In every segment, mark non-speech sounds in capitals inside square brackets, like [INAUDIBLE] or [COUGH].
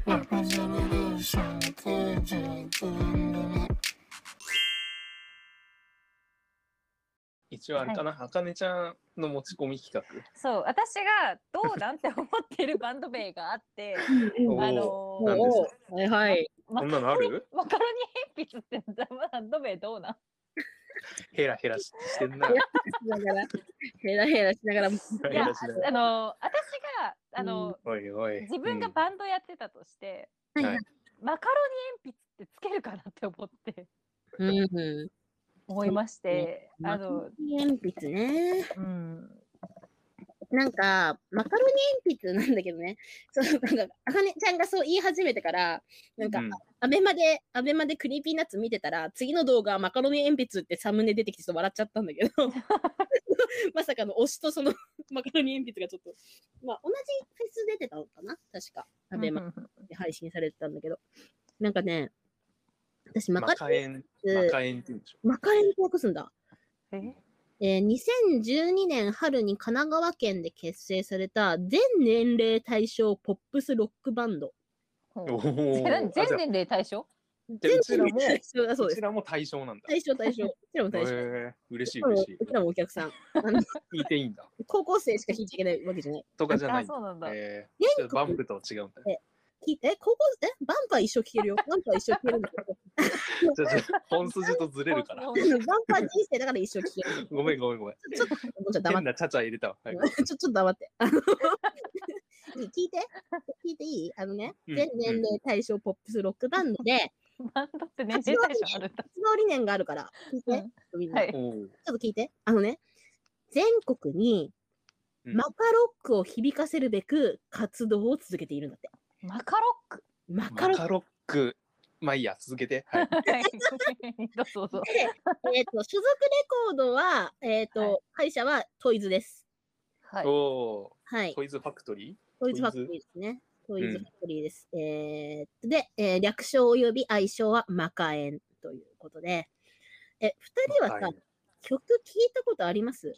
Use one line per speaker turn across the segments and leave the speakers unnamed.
ージェネレーション91年組
一応あれかな、あかねちゃんの持ち込み企
そう私がどうなんて思ってるバンド名があって
画。
あ
[LAUGHS] おーな
の
ん
ー
で
おおはいはい。
マ
こん
カ
なのある
マカロニ鉛筆ってバンド名どうなん
ヘラヘラしてんな。
いやしながら、ヘラヘラしながら、
ヘラ
い
ヘ
や
ラしながら
あのー私があのー
おいおい。
自分がバンドやってたとして、
うん
はい
はい
マカロニ鉛筆ってつけるかなって思って
うん。
思いまして、あの、
鉛筆ね。
うん、
なんか、マカロニ鉛筆なんだけどね。そう、なんか、あかねちゃんがそう言い始めてから、なんか、
うん
アベマで、アベマでクリーピーナッツ見てたら、次の動画はマカロニ鉛筆ってサムネ出てきてちょっと笑っちゃったんだけど、まさかの推しとそのマカロニ鉛筆がちょっと、まあ、同じフェス出てたのかな確か。アベマで配信されてたんだけど。なんかね、私、マ
マ
カ
カ
ロニ
エン、マ
鉛筆、
カエンって言うんでしょ。
マカロニって訳すんだ。
[LAUGHS] え
えー2012年春に神奈川県で結成された全年齢対象ポップスロックバンド。
ほう
お
[LAUGHS]
お。
全
あじゃあ
年齢対象
じゃあうちらも
対象だそう
う
で
ち
す。
らも対象なんだ。
対象
[LAUGHS]
対象。うちらも
へ
対象。
え嬉しいう嬉
ち
し
らもう。
い
ちらもお客さん。
聞いていいんだ。
高校生しか弾いちゃいけないわけじゃない。
とかじゃな
あ
いんだ
そ。うなんだ、
え
全
ー、ちょっとバンプとは違うんだよ。
きえ、高校生、え、バンパー一生聴けるよ。バンパー一生聴けるんだけど。
ちょっと本筋とずれる
[LAUGHS]
から。
バンパー人生だから一生聴ける。
[LAUGHS] ごめんごめんごめん。
ちょっと、もうちょっと黙っ
変なちゃちゃ入れたわ。はい
て。 [LAUGHS] ちょ、ちょっと黙って。あの聞いて聞いていいあのね、
うん
全年齢対象ポップスロックバンドで、
バンドって年齢対象あ
[LAUGHS]
るんだ
活動理念があるから、聞いて、
うん
みんな、
はい
ち
おお。
ょっと聞いて。あのね、全国に
うん
マカロックを響かせるべく活動を続けているんだって。
マカロック [LAUGHS]
マカ
マ
ロック。
カロック。まあいいや、続けて。はい。 [LAUGHS]
どうぞどうぞ
えっと、所属レコードは、えっ、と、
はい
会社はトイズです。
はい
おお
はい
ー。。トイズファクトリ
トイズファクトリーですね。トイズファクトリーです。えー、で、えー略称及び愛称はマカエンということで、え、二人
ー
はさ、曲聞いたことあります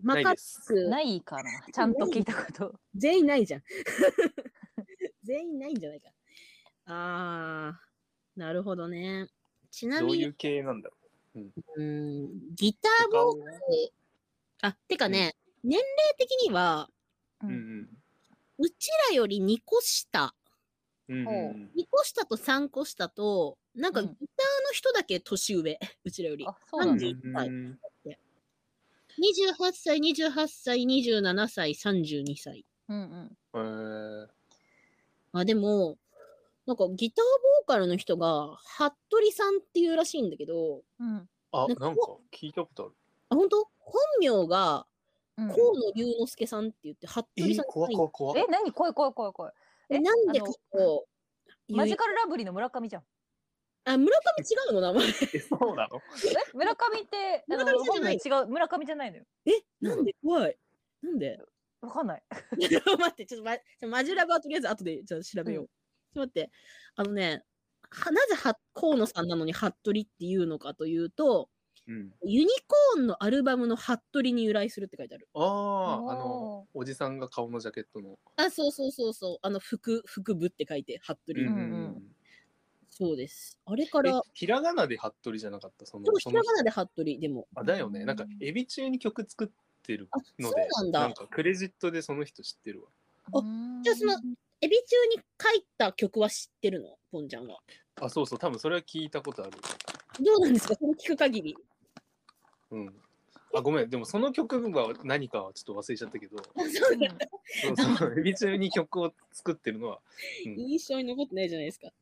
マ
な
カ
い
ロ
で
ッ
す。
ク。
な
[LAUGHS]
いかなちゃんと聞いたこと
全員ないじゃん。 [LAUGHS] 全員ないんじゃないか。あー、なるほどね。ちな
どう
み
い
に、
う系なんだろ
うーん、ギターボー
う。
あ、てかね、年齢的には、
うんうん。
うちらより2個下、
うんうん
2個下と3個下と、なんか
う
ギ
ん
ターの人だけ年上、 [LAUGHS] うちらより。
あそうなんだ
31
うん
歳
うん
28歳、28歳、27歳、32歳。
うんうん
えー
あ、でも、なんかギターボーカルの人が、服部さんっていうらしいんだけど、
うん
あ、
なんか
なんか聞いたことある。
あ、本当本名が
うん
河野龍之介さんって言って、服
え
部さ
ー
ん、
怖い怖い怖い
え。何怖い怖い怖い怖い
え
え
なんでかと、
マジカルラブリーの村
[LAUGHS]
上じゃん
あ、村上違うの名前。 [LAUGHS]
え、そうなの
え村上って、あ
村上
の、
じゃ
本
な
名
い
違う、村上じゃないのよ。
え、なんで怖い。なんで
わかんない。
[LAUGHS] 待って、ちょっと、ま、ちょっとマジラブはとりあえず後でじゃあ調べよう。
う
ちょっと待って、あのね、はなぜは河野さんなのに服部っていうのかというと、
うん。
ユニコーンのアルバムの服部に由来するって書いてある。
ああ、
おー
あの、おじさんが顔のジャケットの。
あ、そうそうそうそう。あの、服、服部って書いて、服
うん
部。
うんう
うん
ん。
そうです。あれか
え
ら、、
ひらがなで服部じゃなかったその
そう、ひ
そ
ら
の
がなで服部、でも。
あだよね。なんか、エビ中に曲作ってるので
あ、そうなんだ
かクレジットでその人知ってるわ。
おじゃあその
うーん
エビ中に書いた曲は知ってるのポンちゃんは。
あ、そうそう、多分それは聞いたことある。
どうなんですかその聞く限り。
うん。あ、ごめん。でもその曲は何かはちょっと忘れちゃったけど、
あそうなんだ
そうそう、エビ中に曲を作ってるのは、うん
印象に残ってないじゃないですか。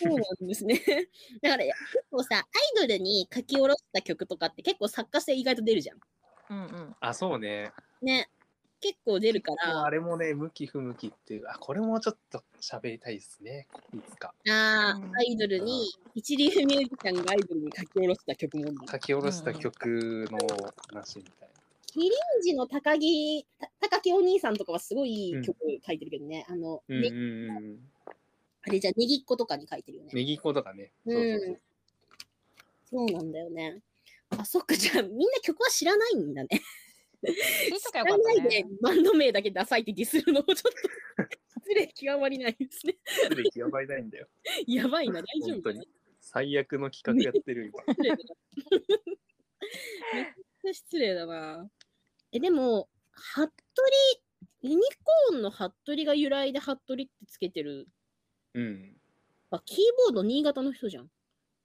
そうなんですね。だから、結構さ、アイドルに書き下ろした曲とかって結構作家性意外と出るじゃん。 [LAUGHS]
うんうん。
あ、そうね。
ね。結構出るか
もう
ら、あ
あれもね、向き不向きっていう、あ、これもちょっと喋りたいですね、いつか。
あ
う
ー、
ん
アイドルに、一流ミュージシャンがアイドルに書き下ろした曲もんだ。
書き下ろした曲の話みたい
キリンジの高木、た高木お兄さんとかはすごいいい曲書いてるけどね。あの、
な。うん
ね
うんうんうん。
あれじゃ、ネギっ子とかに書いてるよね。
ネギっ子とかね。そうそうそう
うんそうなんだよね。あ、そっか、じゃあみんな曲は知らないんだね。
聞いと
知
きゃ
ら
よか
な
っ
い
た
で
ね。
バンド名だけダサいってディスるのもちょっ [LAUGHS] 失礼極まりないですね。 [LAUGHS]
失礼極まりないん [LAUGHS] だよ。
やばいな、大丈
本
夫
当
か
に
な。。
最悪の企画やってる今。
失礼だな。めっちゃ失礼だな。え、でも、服部、ユニコーンの服部が由来で服部ってつけてる。
うん。
あ、キーボード新潟の人じゃん。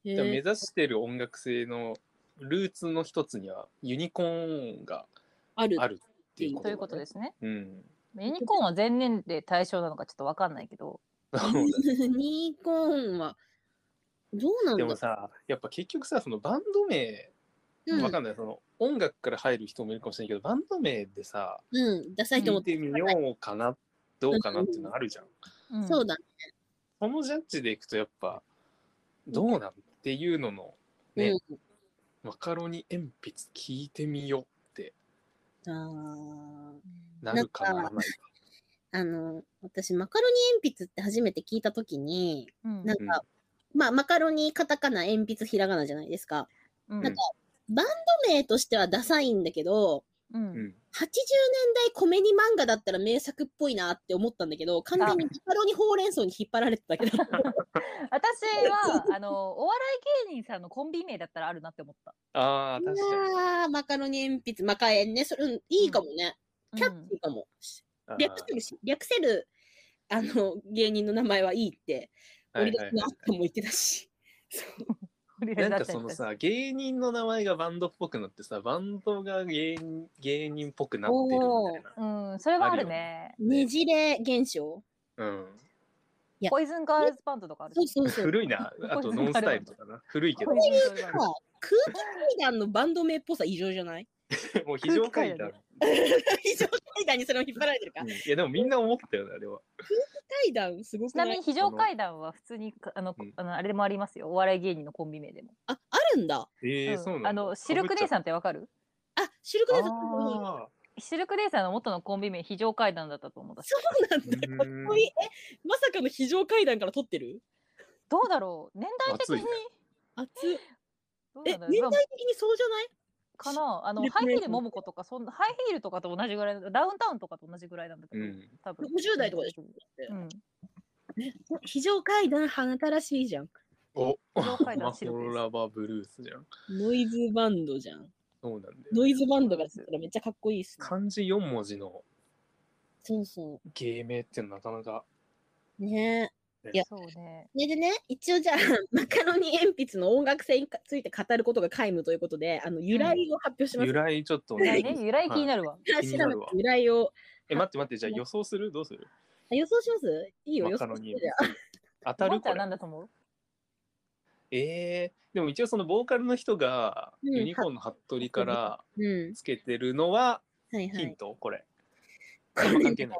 へえ
でも目指してる音楽性のルーツの一つにはユニコーンが
ある。
あるっていうこと。
ということですすね。
うん。
ユニコーンは前年で対象なのかちょっとわかんないけど。
そうだ
[LAUGHS] ニーコーンは、どうなん
で
だ
もさ、やっぱ結局さ、そのバンド名、
うん
わかんない、その音楽から入る人もいるかもしれないけど、バンド名でさ、
うん、ダサいと
聞
思っ
い
て。
てみようかな、どうかなっていうのあるじゃん。
うん
そうだ。
そのジャッジでいくと、やっぱ、どうなんっていうのの、ね
うん
マカロニ鉛筆聞いてみようって
あ
なるかな
な
ら
んか
ないか。
ーあの、私、マカロニ鉛筆って初めて聞いたときに、
うん
なんか、まあ、マカロニ、カタカナ、鉛筆、ひらがなじゃないですか。
うん
なんか、バンド名としてはダサいんだけど、
うん
うん。
80年代コメディ漫画だったら名作っぽいなって思ったんだけど、完全にマカロニほうれん草に引っ張られてたけど、
[LAUGHS]
私はあのお笑い芸人さんのコンビ名だったらあるなって思った。
ああ、確かに。
あーマカロニ鉛筆、マカエンね、それ、うんいいかもね。キャ
う
ッ
ん
チーかも。
あー
略せるし、略せる、あの、芸人の名前はいいって、
はい
俺
は
た
い
ちのアップも言ってたし。
なんかそのさ芸人の名前がバンドっぽくなってさバンドが芸人芸人っぽくなってるみたいな
うん、それはあるね。
ねじれ現象
うん、
いや
ポイズンガールズバンドとかある
そうそうそう。
古いなあとノンスタイルとかな古いけど
ポイズンガールズバンド
まあ空気階段のバンド名っぽさ異常じゃない
もう非常階段、
異常階段にそれを引っ張られてるか
うん。いやでもみんな思ったよねあれは
階段すご
ち
く
な
な
み
い
に非常階段は普通にあの
うん
あのあれでもありますよお笑い芸人のコンビ名でも。
あ、あるんだ。
えー
う
そ
ん
うなんだ
あのシルクデイさ
ん
んってわかる？
あ、シルクデザイン
あ
シルクデイさんの元のコンビ名非常階段だったと思う。私
そうなんだ。
ー
こ
う
こにえ、まさかの非常階段から撮ってる
どうだろう年代的
熱い
に
ね
熱
どう
え、
な
年
ん
代
だろ
的
うまあ
にそうじゃない
かなあの
シルク
ハイ
デイ
ヒ
さん
ールももことかそんなハイヒールとかと同じぐらいダウンタウンとかと同じぐらいなんだけ
んう
ど、
ん
多分
?60 代とかでしょ
うん。
非常階段、新しいじゃん。
お
非常階
マ
段
ホ [LAUGHS]
シルクデイさん。
ラバブルースじゃん
ノイズバンドじゃん。
そうなんだよ
ノイズバンドがつったらめっちゃかっこいいっすね。
漢字4文字の
そうそ
芸名ってなかなか
う。ねえ。
そうね。
それでね、一応じゃあ、 [LAUGHS] マカロニ鉛筆の音楽性について語ることが皆無ということで、あの由来を発表します。
由来ちょっと
由来ね、由来気
はい
になるわ。
気になるわ
由来を
え待って待ってじゃあ予想するどうする
あ予想しますいいよ、
マ
予
カ
想
ロ
して
ニ
よ
鉛筆当た
も
る
んち
こ
ゃん
れ
なんだと思う
えー、でも一応そのボーカルの人が
うん
ユニコーンの服部から
う
つけてるのは
ん。はいは
ヒン
い。
ト、これ
こ
あんま関
れ
係ない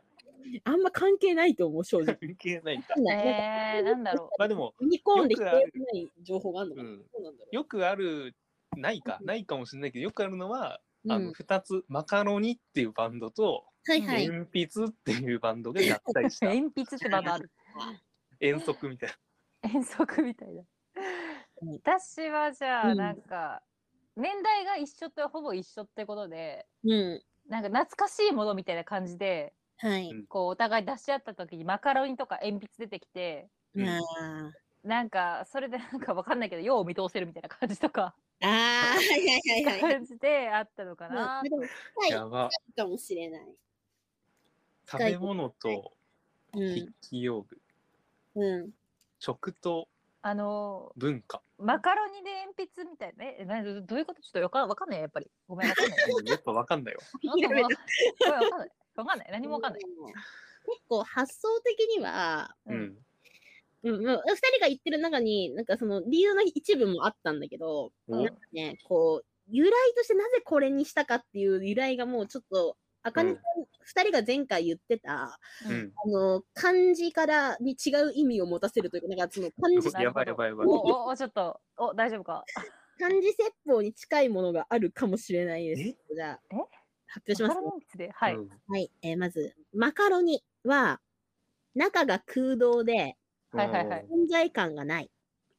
あんま関係ないと思う、正直。
関係ないんだ
なんか
えー、なんだろ
まあでも
ユニコーンで必
よく
要
あ
な
る
い情報があるのかな。
うん
そうなんだろう
よくあるないかないかもしれないけどよくあるのは、
うん
あの2つマカロニっていうバンドと、
はいはい。
鉛筆っていうバンドが合体し
う。 [LAUGHS]
た
鉛筆ってまだあ
[LAUGHS]
る。
遠足みたいな
遠足みたいな。私はじゃ
う
あ
ん
なんか、年代が一緒ってほぼ一緒ってことで
うん。
なんか懐かしいものみたいな感じで
はい。
こうお互い出し合った時にマカロニとか鉛筆出てきて
うん
あー
なんかそれでなんかわかんないけどよう見通せるみたいな感じとか
あー、はいはいはいはい。
感じであったのか
ま
な
あ、。でも、近い
やば
かもしれない。
食べ物と筆
う
記用具、
ん。うん。
食と
あの
文化
マカロニで鉛筆みたいなえなどういうことちょっとよかわかんないやっぱりごめんわかんない。
うんやっぱわかん [LAUGHS] ないわ
なんかもうこれわかんない。わかんない。何もわかんない。
うん結構発想的には、
う
うんん、
うんうん、2人が言ってる中に、なんかその理由の一部もあったんだけど、
お
なんかね、こう、由来としてなぜこれにしたかっていう由来がもうちょっと、あかねさん、2人が前回言ってた、
う
うん
ん、
あの、漢字からに違う意味を持たせるというか、なんかその漢字、
なる
や
ほ
ばい
ど
やばいやばい
お
[LAUGHS]
おおちょっとお大丈夫か。
漢字説法に近いものがあるかもしれないです。じゃあ
え、
発表します
マカ
ね。
ロニ鉛筆ではい。
うん
はい、えーまず、マカロニは、中が空洞で、
はいはいはい
存在感がない。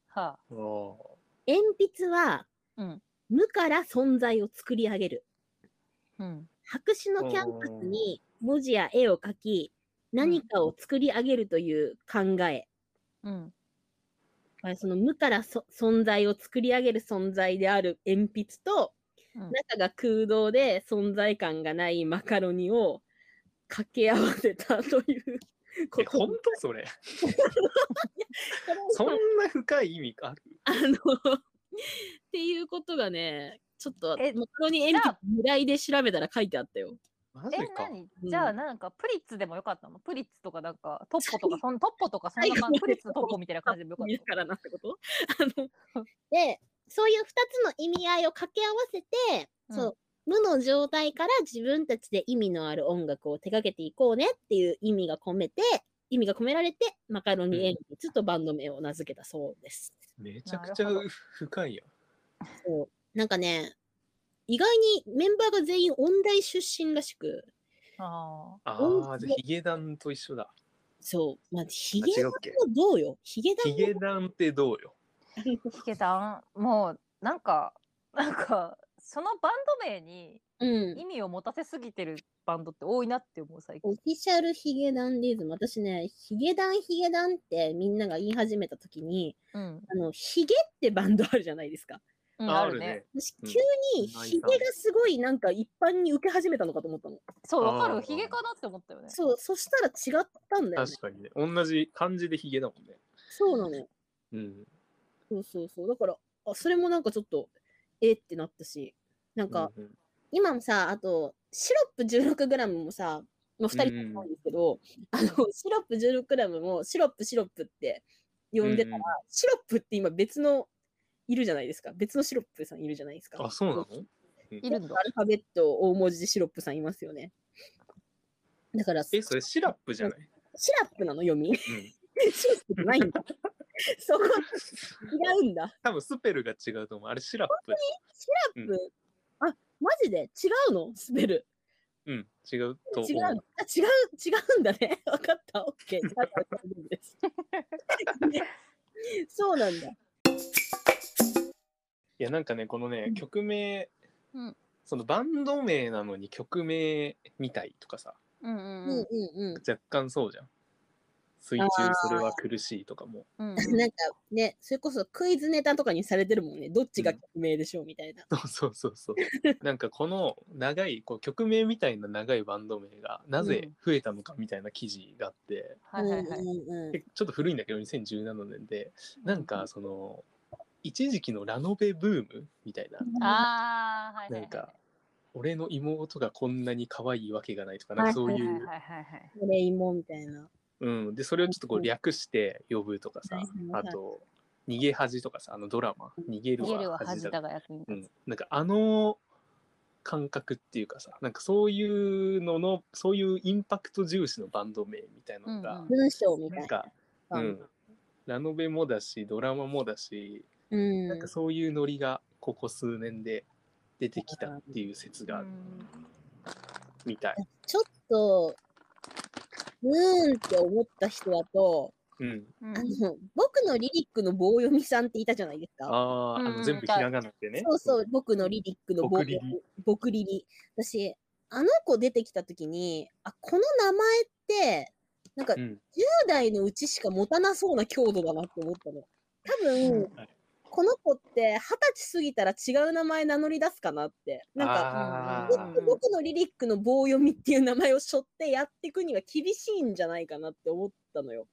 は
うんおー
鉛筆は、
あ。うん
無から存在を作り上げる。
うん
白紙のキャンパスに文字や絵を描き、何かを作り上げるという考え、
うん。
まあその無からそ存在を作り上げる存在である鉛筆と、
うん
中が空洞で存在感がないマカロニを掛け合わせたというこ
え、
と
本当そ
[LAUGHS]
れ。そん
これ
な深い意味ある
あのっていうことがねちょっと
え
マカロニ鉛
じゃ
筆由来で調べたら書いてあったよ。
マジ
え、
か。
何
うん
じゃあなんかプリッツでもよかったのプリッツとかなんかトッポとかそんトッポとかそんな感じ
最後
プリッツトッポみたいな感じでもよか
見る
っ
からなってこと [LAUGHS] あのでそういう2つの意味合いを掛け合わせて、
うん
そう無の状態から自分たちで意味のある音楽を手掛けていこうねっていう意味が込めて意味が込められてマカロニ鉛筆とバンド名を名付けたそうです。
めちゃくちゃ
なるほ
深いやん。
そうなんかね意外にメンバーが全員音大出身らしく
たあ
ああ、じゃあヒゲダンと一緒だ。
そうまあヒ
あ
ゲ
違
ダ
う
ン
っけ
もどうよヒゲダン
ヒ
も
ゲダンってどうよ
あヒゲダンもうなんかなんかそのバンド名に
うん
意味を持たせすぎてるバンドって多いなって思う最近
オフィシャルヒゲダンディズム。私ね、ヒゲダンヒゲダンってみんなが言い始めたときに、
うん、
あの、ヒゲってバンドあるじゃないですか。
うん
あるね。
私、
うん
急にヒゲがすごいなんか一般に受け始めたのかと思ったの。
そうわか
あー
るヒゲかなって思ったよね
そう、そしたら違ったんだよね
確。かにね。同じ漢字でヒゲだもんね。
そうなのよ。
うん。
そうそうそう。だから、あ、それもなんかちょっと、えってなったし、なんか、
うんうん
今もさ、あと、シロップ 16g もさ、まあ、2人ともなんですけど、あの、シロップ 16g もシロップシロップって呼んでたら、
うん
シロップって今別の、いるじゃないですか。別のシロップさんいるじゃないですか。
あ、そうなの
いるんだ
アルファベット大文字でシロップさんいますよね。だから、シ
え、それシラップじゃない、
ラップなの読み
うん、
シロップじゃないんだ。そこ、違うんだ。
多分スペルが違うと思う。あれシラップ。
マジで違うのスペル。
うん、違うと
違う
思
あ
う。
違う違うんだね。 [LAUGHS] わかった。オッケー。じゃあ大丈夫
[LAUGHS]
です。そうなんだ。
いや、なんかね、このね、曲名、
うん
そのバンド名なのに曲名みたいとかさ、
うん
う
うん
んう
う
ん
ん
若干そうじゃん。水中それは苦しいとかも。
うん
うん。 [LAUGHS] なんかね、それこそクイズネタとかにされてるもんね。どっちが
うん
曲名でしょうみたいな。
そうそうそうそう。なんかこの長いこう曲名みたいな長いバンド名がなぜ増えたのかみたいな記事があって、
はいはいはい、
うんうんうん
でちょっと古いんだけど2017年でなんかその一時期のラノベブームみたいな
ああはいはい
な
はい
んか俺の妹がこんなに可愛いわけがないとかなん
は
か
い
そうい
はいは
う、
いはいはい
これ芋みたいな。
うん、でそれをちょっとこう略して呼ぶとかさ
はいはいは
あ
い
と「逃げ恥」とかさあのドラマ「逃げる
逃げる
は
は
恥
恥
だ
だが役に立つ、
うん、なんかあの感覚っていうかさなんかそういうののそういうインパクト重視のバンド名みたいなのが、
うん
文章みた
なん
いな。
か、うん、ラノベもだしドラマもだし、
うん。
なんかそういうノリがここ数年で出てきたっていう説があるみたい。
ちょっと、うーんって思った人だと、
うん、
うん
あの、僕のリリックの棒読みさんっていたじゃないですか。
あーあ
う
の
ん
全部ひらがなってね。
そうそう、僕のリリックの
僕リリ
僕リリ。私、あの子出てきたときに、あ、この名前って、なんか
う
10
ん
代のうちしか持たなそうな強度だなって思ったの。多分、
はい
この子って二十歳過ぎたら違う名前名乗り出すかなって。なんか、
あ
う
ー
んうんうん
僕のリリックの棒読みっていう名前を背負ってやっていくには厳しいんじゃないかなって思ったのよ。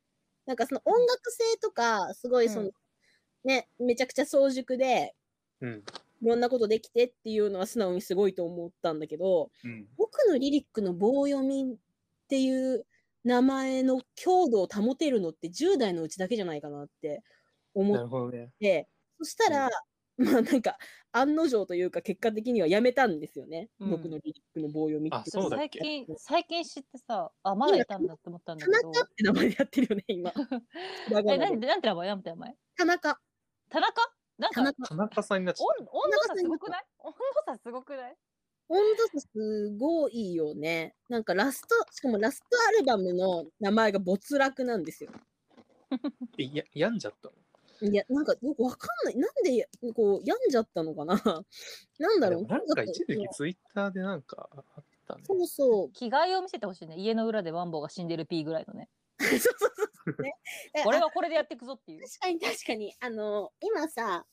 なんかその音楽性とか、すごいその、
うん
ね、めちゃくちゃ早熟で、
うん
いろんなことできてっていうのは素直にすごいと思ったんだけど
うん
僕のリリックの棒読みっていう名前の強度を保てるのって10代のうちだけじゃないかなって思
な
っ
るほどね。
てそしたら、 [LAUGHS] まあなんか案の定というか結果的にはやめたんですよね、
うん
僕のリリックの棒読みって
あそうだっ
最
け
近最近知ってさあまだいたんだって思ったんだ
田
け
中っ
ど
て名前でやってるよね今裏
え
側
な
で
んでなんて名前なんて名前
田中
田中なん
田
か
中
田中さんがちょっ
温温度差すごくない温度差すごくない
温度差すごいよねなんかラストしかもラストアルバムの名前が没落なんですよ
とや病んじゃったの。
いや、なんかよくわかんない。なんでや、こう、病んじゃったのかな [LAUGHS] なんだ
で
ろう
もなんか
音楽
一時期ツイッターでなんかあったね。
そうそう。
着替えを見せてほしいね。家の裏でワンボウが死んでる P ぐらいのね。
[LAUGHS]
そうそうそう。ね、だから
俺はこれでやっていくぞっていう。
確かに確かに。あの、今さ、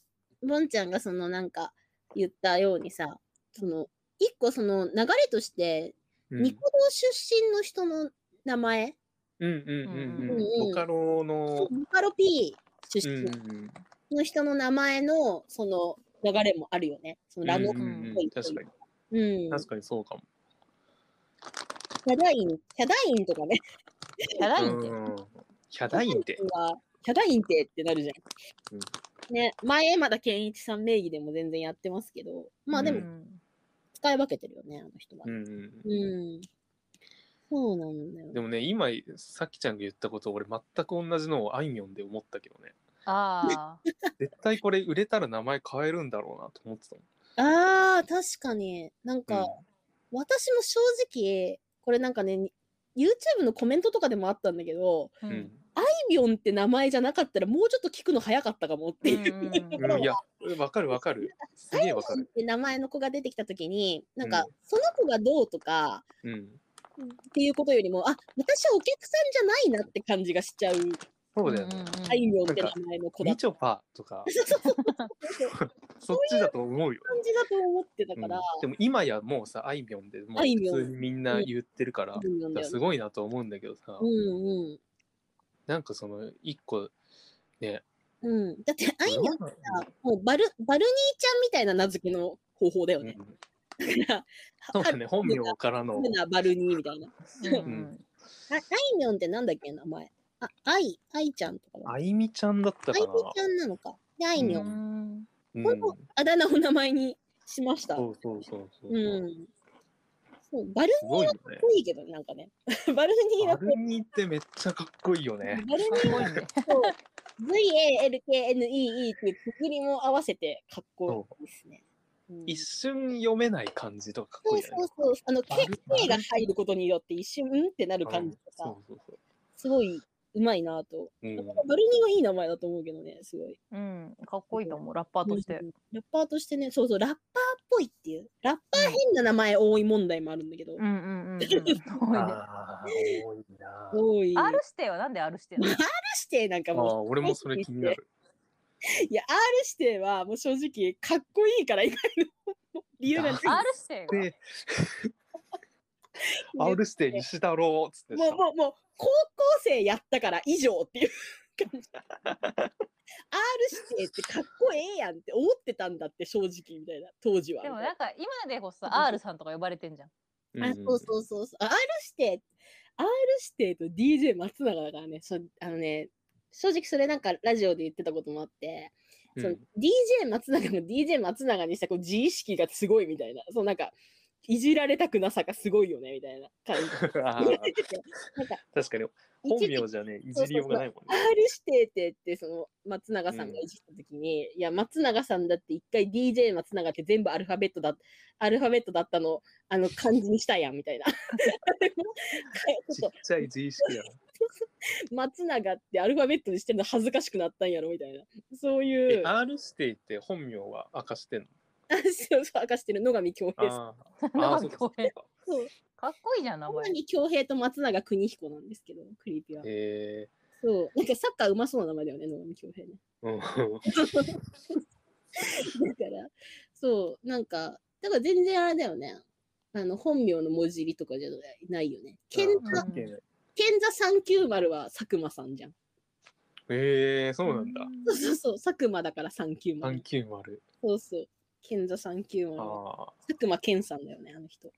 ボンちゃんがそのなんか言ったようにさ、その、一個その流れとして、
うん
ニコ動出身の人の名前、
うんうんうん
うん
うん。ボカロの。
ボカロ P 出
うんう
身
ん
の人の名前のその流れもあるよね。そのラノ
うんうん
ぽ
うん
い
確かに
うん。ヒ
確かにそうかも。
ャダイン、ヒャダインとかね。
ヒャダインって。
うんヒャダインって。
はヒャダインってってなるじゃん。
うん
ね、前、まだ健一さん名義でも全然やってますけど、まあでも
うん
使い分けてるよね、あの人は
う。んうん
うん。そうなんだよ。
でもね、今、さっきちゃんが言ったこと、俺、全く同じのをあいみょんで思ったけど [LAUGHS] ね。
ああ。
絶対これ、売れたら名前変えるんだろうなと思ってたもん。
ああ、確かに。なんか、私も正直、これなんかね、YouTube のコメントとかでもあったんだけど、
う
うんん。
イビオンって名前じゃなかったら、もうちょっと聞くの早かったかもっていう。
うんうんうん
ころ
う
は
ん、いや、わかるわかる。すげえわかる。
で名前の子が出てきたときに、なんか、
うん
その子がどうとか
う
っ
ん。
ていうことよりも、あ、私はお客さんじゃないなって感じがしちゃう、
そうだよね。
あいみょんって
なん
名
か
前の子だ
み
っ
ちょぱとか、
たそういう感
そっちだと思うよ。
じだと思ってた
う
か
ん
ら、
でも今やもうさ、あいみょんで、もう
あいみょん
普通にみんな言ってるから
あい、みょんだよ
す
ね。
ごいなと思うんだけどさ
う、ん
なんかその、一個、ね、
うん。うん。だって、あいみょんさもうバル、バルニーちゃんみたいな名付けの方法だよ
うん
ね。だから、
そうだね、本名からの
春、菜バルニーみたいな。あ
うんうん
[LAUGHS] あいみょんってなんだっけ、名前。あ、あい、あいちゃんとかだ。あ
あいみちゃんだった
い
か
み
な。
ちゃんなのか。で、あいみょ。
うんん
うん
ほんとあだ名を名前にしました。
そうそうそうそう。
うん。そう、バル
すごいよね
ニーっ。ぽいけどね、なんかね。 [LAUGHS] バルニー
バ
はこう
ルニーってめっちゃかっこいいよね。
バルニ
す
ー
ごいね。
と VALKNEE っていうくくりも合わせてかっこいいですね。うん
一瞬読めない感じとかかっ
そ
こいういよね。
そうそう。あの、K
バルバル
K が入ることによって一瞬、うんってなる感じと
うん
か、
そうそうそう。
すごいうまいなと。
うん、
バルニーはいい名前だと思うけどね、すごい。
うん。かっこいいと思う、ラッパーとして
う。んラッパーとしてね、そうそう、ラッパーっぽいっていう。ラッパー変な名前多い問題もあるんだけど。
うんうんうんうん。す [LAUGHS] ごいね。
ああ、多いな。
多い。 [LAUGHS]
R 指定はなんで R 指定なの
してなんか
あ
もう
あ、俺もそれ気になる。
いや、R 指定はもう正直かっこいいから以外の理由がない。
?R 指定が
で、アウルステ西太郎っつって
もう、
さ、
もう、もう、高校生やったから以上っていう感じ。R 指定ってかっこええやんって思ってたんだって正直みたいな、当時は。
[LAUGHS] でも
みたい
なんか今でこそ R さんとか呼ばれてんじゃん。
うん
なあ、そうそうそうそう。あ R 指定、R 指定と DJ 松永だからね、そあのね、正直それなんかラジオで言ってたこともあって、
うん
その DJ 松永の DJ 松永にしたこう自意識がすごいみたいな、そうなんか、いじられたくなさがすごいよねみたいな感じ。
[LAUGHS] [LAUGHS] ああ
言われててなんか
確かに本名じゃね、いじりようがないもん
R
ね。
指定ってってその松永さんがいじった時に、いや松永さんだって一回 DJ 松永って全部アルファベットだアルファベットだったのあの漢字にしたやんみ
[LAUGHS]
たいなあれもち
ち
ょ
っ
っ
ちゃい自意識やな。
と松永ってアルファベットにしてるの恥ずかしくなったんやろみたいなそういう
え R 指定って本名は明かしてんの
[LAUGHS] 話を明かしてる野上恭平さん
あー
な
あ
ん
ー、
か
そうかそう
ごめん
か。
かっこいいじゃん、名
野
前。
上恭平と松永邦彦なんですけどクリーピーは
え
そうなんかサッカーうまそうな名前だよね野上恭平ね [LAUGHS]
ー、うん。
だから、そう、なんか、だから全然あれだよね。あの、本名の文字入りとかじゃないよね。賢
ん
座、
関係ない
賢座390は佐久間さんじゃん。 [LAUGHS]
えー、そうなんだ。
そうそうそう、佐久間だから
三
390。
九丸。
そうそう。賢座390は
あ
佐久間健さんだよね、あの人。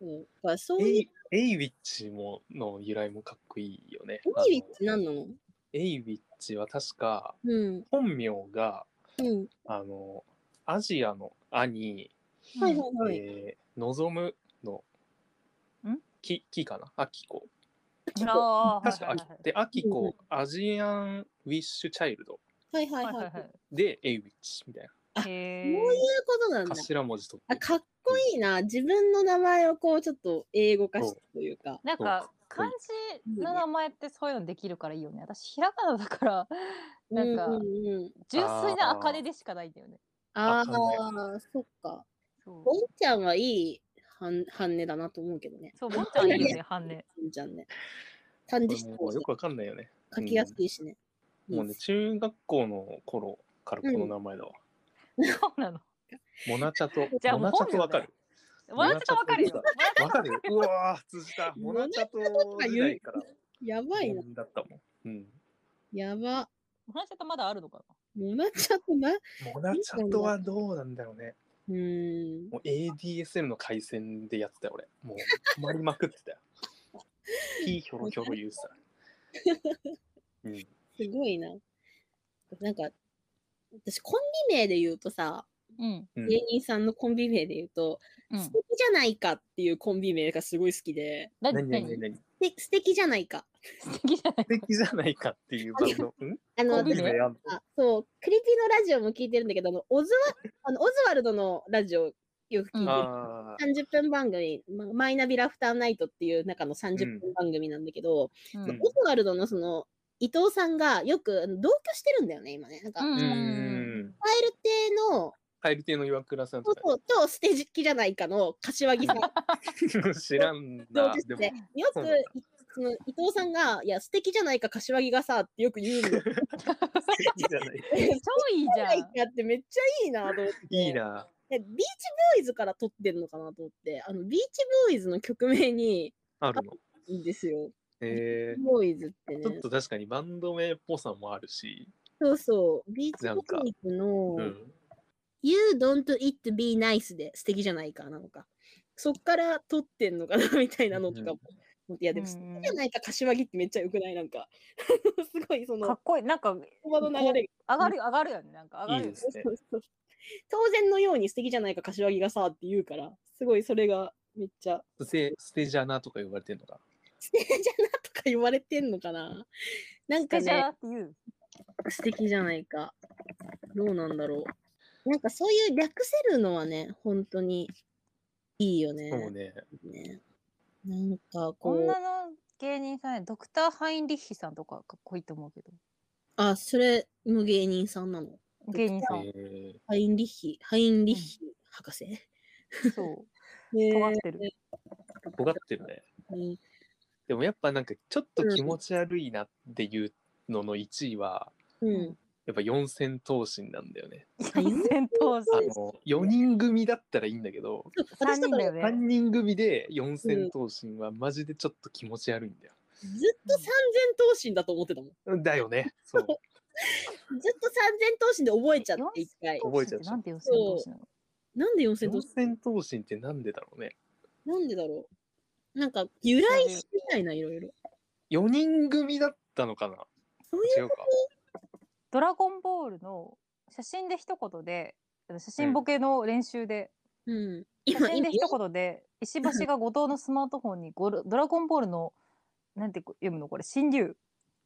そうだからそ
あ。
う
エ
いう
イ、エイウィッチも、の由来もかっこいいよね。
エイウィッ
あの
チ何なの
エイウィッチは確か、
うん。
本名が、
うん。
あの、アジアの兄、
はいはいはい。
えー、望むの
ん、
き、きかなあきこ。
ああ、
確か、
は
あ
い
き、で、あき
うんう
こ、アジアンウィッシュチャイルド
はいはい
はい
は。
はいいは
こ
い。
で、エイウィッチみたい
う
へ
い
え
う。ことなん
な。
だ。
頭文字とって
あ。かっこいいな。自分の名前をこう、ちょっと英語化したというか。
なんか
そう
漢字の名前ってそういうのできるからいいよね。私ひらがなだからなんか
ううんうん、
純粋な茜でしかないんだよね。
あ
あ考え
あ、そっか。
そう
ボンちゃんはいい半半値だなと思うけどね。
そう、もっちゃんいいよ [LAUGHS] ね、半値。
じゃんね。単字
もうよくわかんないよね。
書きやすいしね。
もうね、中学校の頃からこの名前だわ。
そうなの。
モナチャと
じゃあ、も
モ
う
ナチャとわかる。
モナチャとわかるよ。
わかるうわー、通じた。モナチャと時代から。
やばいな。
だったもん。うん。
やば。
モナチャとまだあるのかな
モナちゃんとな。う
モナチャとはどうなんだろうね。
ーん。
もう ADSL の回線でやってたよ、俺。もう止まりまくってたよ。ピーヒョロヒョロ言うてた。うん。
すごいな。なんか、私、コンビ名で言うとさ、
うん。
うん
芸人さんのコンビ名で言うと、
う
素
ん。
敵じゃないかっていうコンビ名がすごい好きで、
何何何
何 [LAUGHS]
で
何
素敵じゃないか。
素敵じゃない
素敵じゃないかっていうバンド。うん
あの、
コ
コ
ン
ン
ビ
ビ
名
名あんの
あそう、クリピのラジオも聞いてるんだけど、あのオズワあのオズワルドのラジオよく聞いてる。
あー
30分番組、まマイナビラフターナイトっていう中の30分番組なんだけど、
うん
うん
オズワルドのその、伊藤さんがよくあの同居してるんだよね、今ね。なんか、
う
カエ
うんん。
ル亭の、
帰亭の岩倉さん
そ
と
う
か
そう、と素敵じゃないかの柏 [LAUGHS] 木さん
[LAUGHS] 知らん
同
な
居。して
で
て
も、
よく
そうなんだ
いその伊藤さんが、いや、素敵じゃないか柏木がさってよく言うんだよ。
素敵じゃない。
素敵じ
超いいじ
ゃ
ゃ
ない
ん
か。ってめっちゃいいなと思って。
いいな。
でビーチボーイズから撮ってんのかなと思って、あの、ビーチボーイズの曲名に、
あるの。
いいんですよ。
えー
ボーイズって
ちょっ
ね。
と確かにバンド名っぽさもあるし。
そうそう。ビーチ
なんか
ボーイズの、
うん。
You don't it be nice で素敵じゃないかなのか。そっから撮ってんのかなみたいなのとかも。いや、でも素敵じゃないか柏木ってめっちゃよくないなんか。 [LAUGHS] すごいそ
か
の
っ、こいい。なんか、
言葉の流れが。
上がる、上がるよね。なんか、上がるよ
いい
ね
で。すね
そうそう当然のように素敵じゃないか柏木がさって言うから、すごいそれがめっちゃ、
ステ、ステジャナとか言われてんのか。
素敵じゃなとか言われてんのかななんか
ステジャ
ね
ー、っていう。
素敵じゃないか。どうなんだろう。なんかそういう略せるのはね、本当にいいよね。
そうね。
ねなんかこう、
女の芸人さんや、ドクター・ハインリッヒさんとかかっこいいと思うけど。
あ、それの芸人さんなの。
芸人さん。
え
ハインリッヒ、ハインリッヒ博士。
そう。
ね
尖ってる。
ー、尖ってるね。
うん
でもやっぱなんかちょっと気持ち悪いなっていうのの1位は、
うん。
やっぱ四千頭身なんだよね。
四千頭身
あの、4人組だったらいいんだけど、
私
三人
とか
だ
ずっ
よ
3
ね。
人組で四千頭身はマジでちょっと気持ち悪いんだよ。
と三千頭身だと思ってたもん。ず
だよね。
[LAUGHS]
そう。
っと三千頭身で覚えちゃって一回。
覚えちゃう
なんで四千頭身なの
なんで四千頭
四
身
千頭身ってなんでだろうね。
なんでだろうなんか由来知りたいな、いろいろ。
4人組だったのかな
そうい
違うか。
ドラゴンボールの写真で一言で、あの写真ボケの練習で、
うん。
写
今、
真
今
で、一言で、石橋が後藤のスマートフォンにゴルドラゴンボールの、なんて読むのこれ、新竜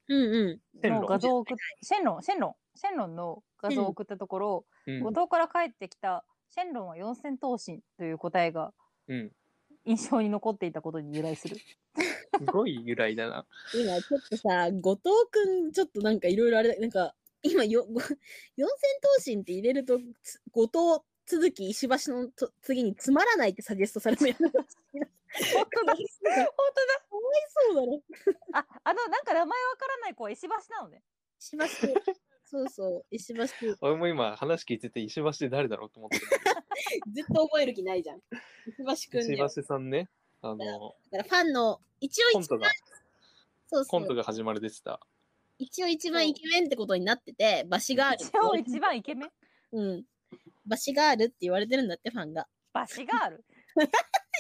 うんう
の画像を送っ、シェンロン、シェンロン、シェンロンの画像を送ったとこ
う
ろ、
ん
後藤から帰ってきた、シェンロンは四千頭身という答えが
うん。
印象に残っていたことに由来する。
すごい由来だな。 [LAUGHS]
ん。今、ちょっとさ、後藤くん、ちょっとなんかいろいろあれだ、なんか、今よ、 [LAUGHS] ご四千頭身って入れると、つ後藤、続き、石橋のと次につまらないってサジェストされ
[LAUGHS]
てるのやめて。
本当だ、本当だ。
かわいそうだろ。
あ、あの、なんか名前わからない子は石橋なのね。
石橋、そうそう、石橋、絶
俺も今話聞いてて石橋で誰だろうと思ってたんだ
対覚える気ないじゃん。石
け
橋く
ど
んだよ。
石橋さんね、あの、
だからファンの、一応
コン
一
ト
番、
が、
そうそ
コント
う、
が始まるでした。
一応一
そ
番
う
イケメンってことになってて、バシガール。
一応一番イケメン。
うん。バシガールって言われてるんだって、ファンが。
バシガール。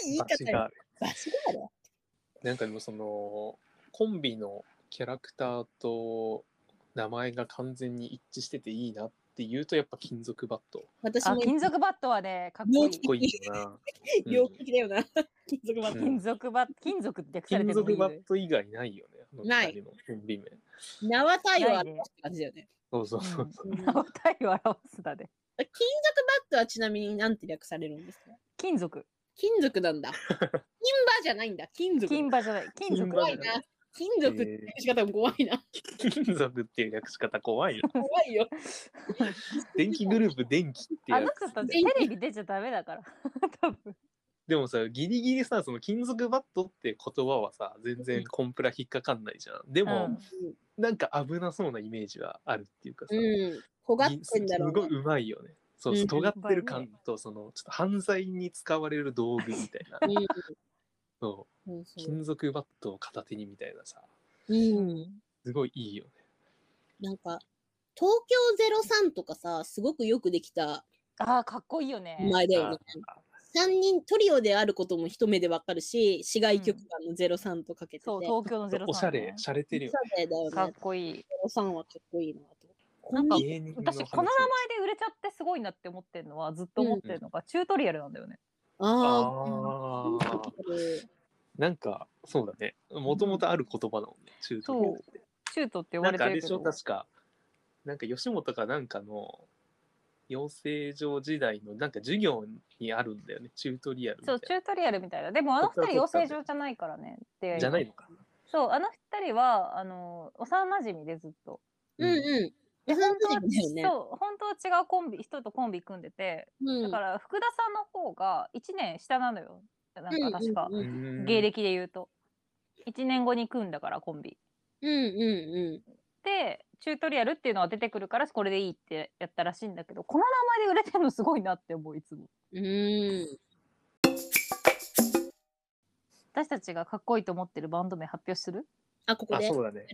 言い方
橋が
よ。バシガール
なんかでもその、コンビのキャラクターと名前が完全に一致してていいなっていうと、やっぱ金属バット。か
私
あ、
も
金属バットはね、かっこい
っ
い。
こいいよな。うん
病気だよな。金属バット。
うん
金属バット、金属って略されて
金
るのもい
属
いよ
バ
ね
ット以外ないよね。あの
ない
二人のコンビ名。
縄太陽って感じだよね。
そうそうそうそう。
うん金属
名
バッ
を体を表すだね。
トはちなみに何て略されるんですか
金属。
金属なんだ。金馬じゃないんだ。金属。
金馬じゃない。金属。
怖いな。金属っていう仕方も怖いな。
金属っていう略し方怖
[LAUGHS]
いよ。
怖いよ。
電気グループ電気って
あ
や
の
つ。
人たちテレビ出ちゃダメだから。多分。
でもさギリギリさその金属バットって言葉はさ全然コンプラ引っかかんないじゃんでも、
うん
なんか危なそうなイメージはあるっていうかさ、
うん。尖ってんだろう
すご
ね。
いうまいよねそう
う
そ
ん
う尖ってる感とそのちょっと犯罪に使われる道具みたいなそう
うんそうそう
金属バットを片手にみたいなさ
うん。
すごいいいよね
なんか、東京03とかさ、すごくよくできた
ああかっこいいよね。
前だよね。
あ
3人トリオであることも一目でわかるし、市外局番の03とかけてて。
そう東京のゼ
ー
ロ
おしゃれしゃれてるよ
そ
ね
うだよね。
かっこいい。
03はかっこいいなと。
なんか
芸人の
私
話
この名前で売れちゃってすごいなって思ってるのはずっと思ってるのが、チュートリアルなんだよね。
ああ
あ
ー。
ーなんかそうだねもともとある言葉だもんね中途
そうチュートって呼ば
なん
れ
か
て
あれ
る
で
け
しょ
ど。
確かなんか吉本かなんかの養成所時代のなんか授業にあるんだよねチュートリアルみたい
そ
う
チュートリアルみたいな。でもあの
そっ
二
か
人
ら
養
撮ったんだ
成所じゃないからね。出会
ないじゃ
が
ないのか
そうあの二人はあの幼馴染でずっと。
うんうん。
で
本当だ
は
よね。
そう本当は違うコンビ人とコンビ組んでて、
う
だ
ん
から福田さんの方が一年下なのよ。なんか確か、
うんうん
芸歴で言うと一年後に組んだからコンビ。
うんう
でチュートリアルっていうのは出てくるからこれでいいってやったらしいんだけどこの名前で売れてるのすごいなって思ういつも
んうん。うん。
私たちがかっこいいと思ってるバンド名発表する
あ、ここ
あ
で。
そうだね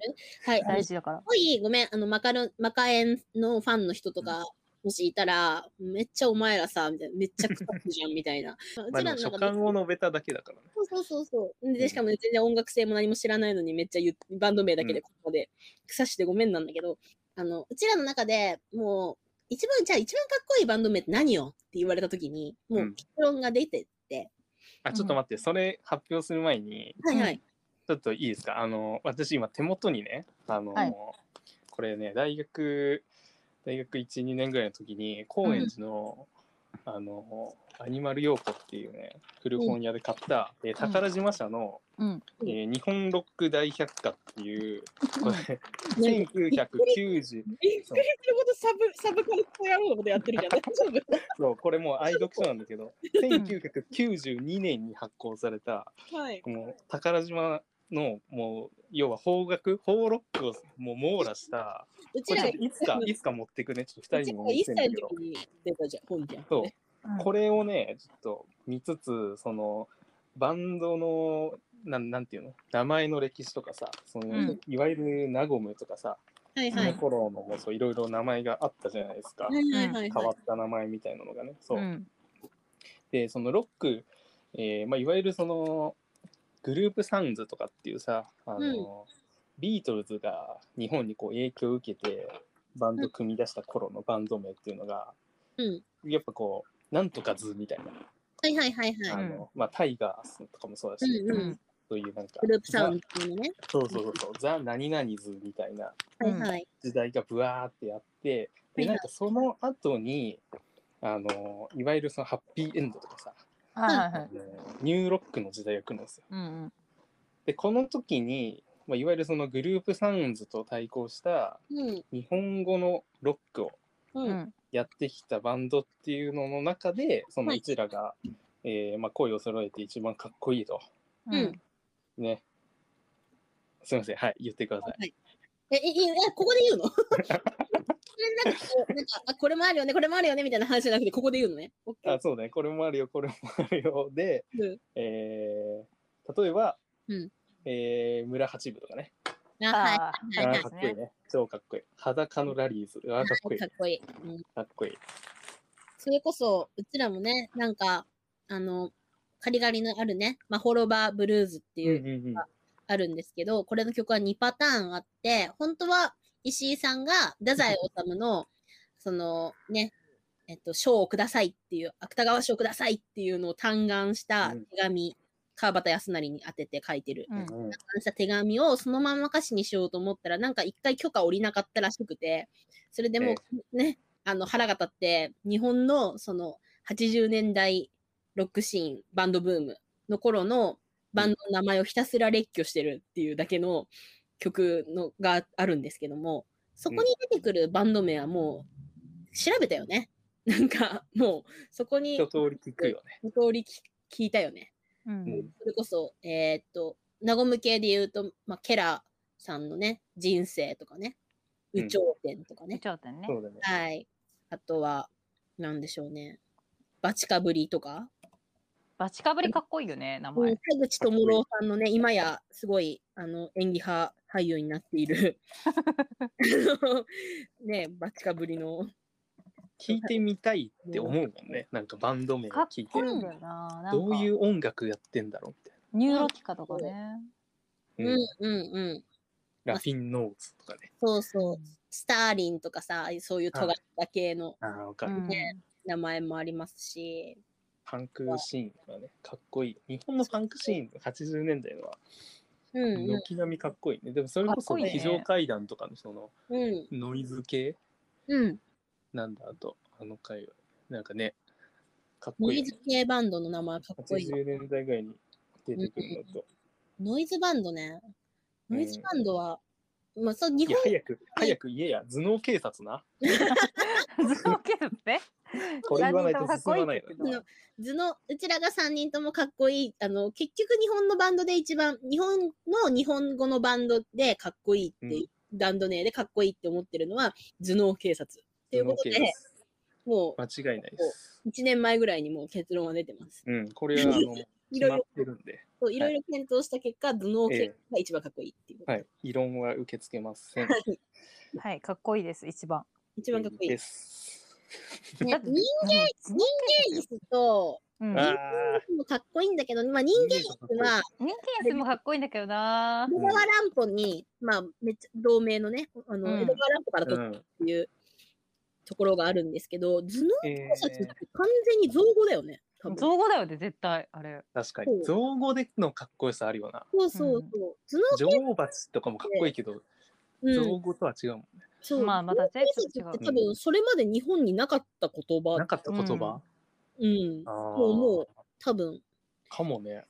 はい。
大事だから
すごい、ごめん、あの、マカロン、マカエンのファンの人とか、もしいたら、めっちゃお前らさ、みたいな、めっちゃくたくじゃん、みたいな。う
まあ、でも
中で
初感を述べただけだからね
そうそうそうそう。で、しかも、ね、全然音楽性も何も知らないのに、めっちゃ言うバンド名だけで、ここで、草してごめんなんだけど、あの、うちらの中でもう、一番、じゃあ一番かっこいいバンド名って何よって言われたときに、も
う
う、
ん
結論が出てって、
あちょっと待って、それ発表する前に
はいはい。
ちょっといいですかあの私今手元にねあの、
はい
これね大学大学12年ぐらいの時に高円寺の、あのアニマルヨーコっていうね古本屋で買った、えー宝島社の、
うん
うん
えー日本ロック大百科」っていうこ
な
れ
んか
1990
びっくりするほどサブ、サブカルト野郎のことや [LAUGHS] ってるじゃん。大丈夫
そうこれもう愛読書なんだけど1992年に発行された
はい。
この宝島のもう要は邦楽邦ロックをもう網羅した
う
こ
ち
れ
ら
ちょ
が
っといつかいつか持ってくねちょっと2人にも
一
見せ
歳
るんだ
の
けど
時に出たじゃん、本じゃん。
そう
うん
これをねちょっと見つつそのバンドのなんなんていうの名前の歴史とかさその、
うん
いわゆるナゴムとかさ、
はい
そ
は
の
い。
頃のもうそういろいろ名前があったじゃないですか、
はいはいはい
変
は
わ
い。
った名前みたいなのがねそう、
うん
でそのロック、えーまあ、いわゆるそのグループサウンズとかっていうさあの、
うん
ビートルズが日本にこう影響を受けてバンド組み出した頃のバンド名っていうのが、
うん
やっぱこうなんとか図みたいな、
はいはいはいは
あ
い。
のまあ、タイガースとかもそうだし、
うん
う
うん
ん。
そういうなんか
グループサウンドっていうのね。
ザそうそうそうそうザ・何々図みたいな
はい
うん
はい。
時代がブワーってやって
はいは
で
い
なんかその後にあのいわゆるそのハッピーエンドとかさ、
はいはいはい
あのニューロックの時代が来るんですよ
うんうん
でこの時に、まあ、いわゆるそのグループサウンズと対抗した
うん。
日本語のロックを
う。
うんん
やってきたバンドっていうのの中でその
はいう
ちらが、えーまあ、声を揃えて一番かっこいいと
うん
うん
ねすいませんはい言ってください
はい。え、え、いいえ、ここで言うの [LAUGHS] それなんかこう、なんか、あ、これもあるよね、これもあるよね、みたいな話じゃなくて、ここで言うのね。オッケー
あそうだねこれもあるよこれもあるよで、
うん
えー例えば、
うん
えー村八部とかね
あはい
あ
はいは
あ
い
ーかっこいいね超かっこいい裸のラリーズあーかっこいい
かっこいい。うん
かっこいい
それこそ、うちらもね、なんか、あの、カリガリのあるね、まあ、ホロバーブルーズっていう
うんうんうん
あるんですけど、これの曲は2パターンあって、本当は石井さんが太宰治の、そのね、えっと、賞をくださいっていう、芥川賞をくださいっていうのを嘆願した
うん
手紙、川端康成に当てて書いてる。
う
嘆
ん
う
願
ん
した手紙をそのまま歌詞にしようと思ったら、なんか一回許可下りなかったらしくて、それでもうね、あの腹が立って、日本のその80年代ロックシーン、バンドブームの頃のバンドの名前をひたすら列挙してるっていうだけの曲のがあるんですけども、そこに出てくるバンド名はもう調べたよね。なんかもうそこに
一通り聞くよね
一通り聞聞いたよね。
う
う
ん
ん
それこそ、えーっと、ナゴム系で言うと、まあ、ケラーさんのね、人生とかね、
うん
宇頂天とかね、
頂点ね。
そうだね。
はい。あとは、なんでしょうね、バチカブリとか、
バチかぶりかっこいいよね、名
う
前
ん。田口智郎さんのね、今やすごいあの演技派俳優になっている、あのね、バチカブリの、
聞いてみたいって思うもんね。なんかバンド名を
かっ
聞いて
こい、いんだよな。なんか
どういう音楽やってんだろうみたい
ニューロティカとかね。
う
な。
ん
う
う
ん
んうん、
ラフィンノーズとかね。
そうそう、スターリンとかさ、そういう尖った系の
ああ、わか
う
る。
ん
ね名前もありますし、
パンクシーンがね、かっこいい。日本のパンクシーン、80年代のは、
うんうん
軒並みかっこいいね。でもそれこ
か
そ
っこいいね
非常階段とかのその
うん
ノイズ系
うん。
なんだあと、あの回は。なんかね、かっこ
ノイ
いいよね
ズ。系バンドの名前かっこいいな。
80年代ぐらいに出てくるのと。
ノイズバンドね。
うん
ノイズバンドは、まあ、そう日
いや
本、
早く、早く言えや。頭脳警察な。
ズボケるって
これ言わないと進まないよ
三人ともかっこいいって言ってた
あの図の、うちらが3人ともかっこいい。あの、結局日本のバンドで一番、日本の日本語のバンドでかっこいいっていう、バンド名でかっこいいって思ってるのは、頭脳警察。ということ
頭脳警
で、もう
察間違いないです。
1年前ぐらいにもう結論は出てます。
うん、これ
[LAUGHS]
はあの
いろ
決
い
まっ
ろ
てるんで、
そういろいろ検討した結果、頭脳警察が一番かっこいいっていうこと。
はい、異論は受け付けません。
はい
はい、かっこいいです、一番。
一番かっこいい。ね
です。
人間
人
イスと、
間
あ
うん
あ
もかっこいいんだけど、まあ、人間室は
人間スもかっこいいんだけどな。
江戸川乱歩に、まあ、めっちゃ同盟のね、あの
うん
江戸川乱歩から
ー、う
取った
ん。
って [LAUGHS] いうところがあるんですけど、頭脳
え
警察っ
ー
て完全に造語だよね。多分
造語だよね、絶対。あれ。
確かに、造語でのかっこよさあるよな。
そうそうそう。
女王蜂とかもかっこいいけど、
頭脳、う
造
ん、
語とは違うもんね。
そう。
まあまた
頭脳警
ちょ
察っ
っと
て
違う
多分それまで日本になかった言葉
な、かった言葉、
うん
あ、あ
そう思う多分
かもね。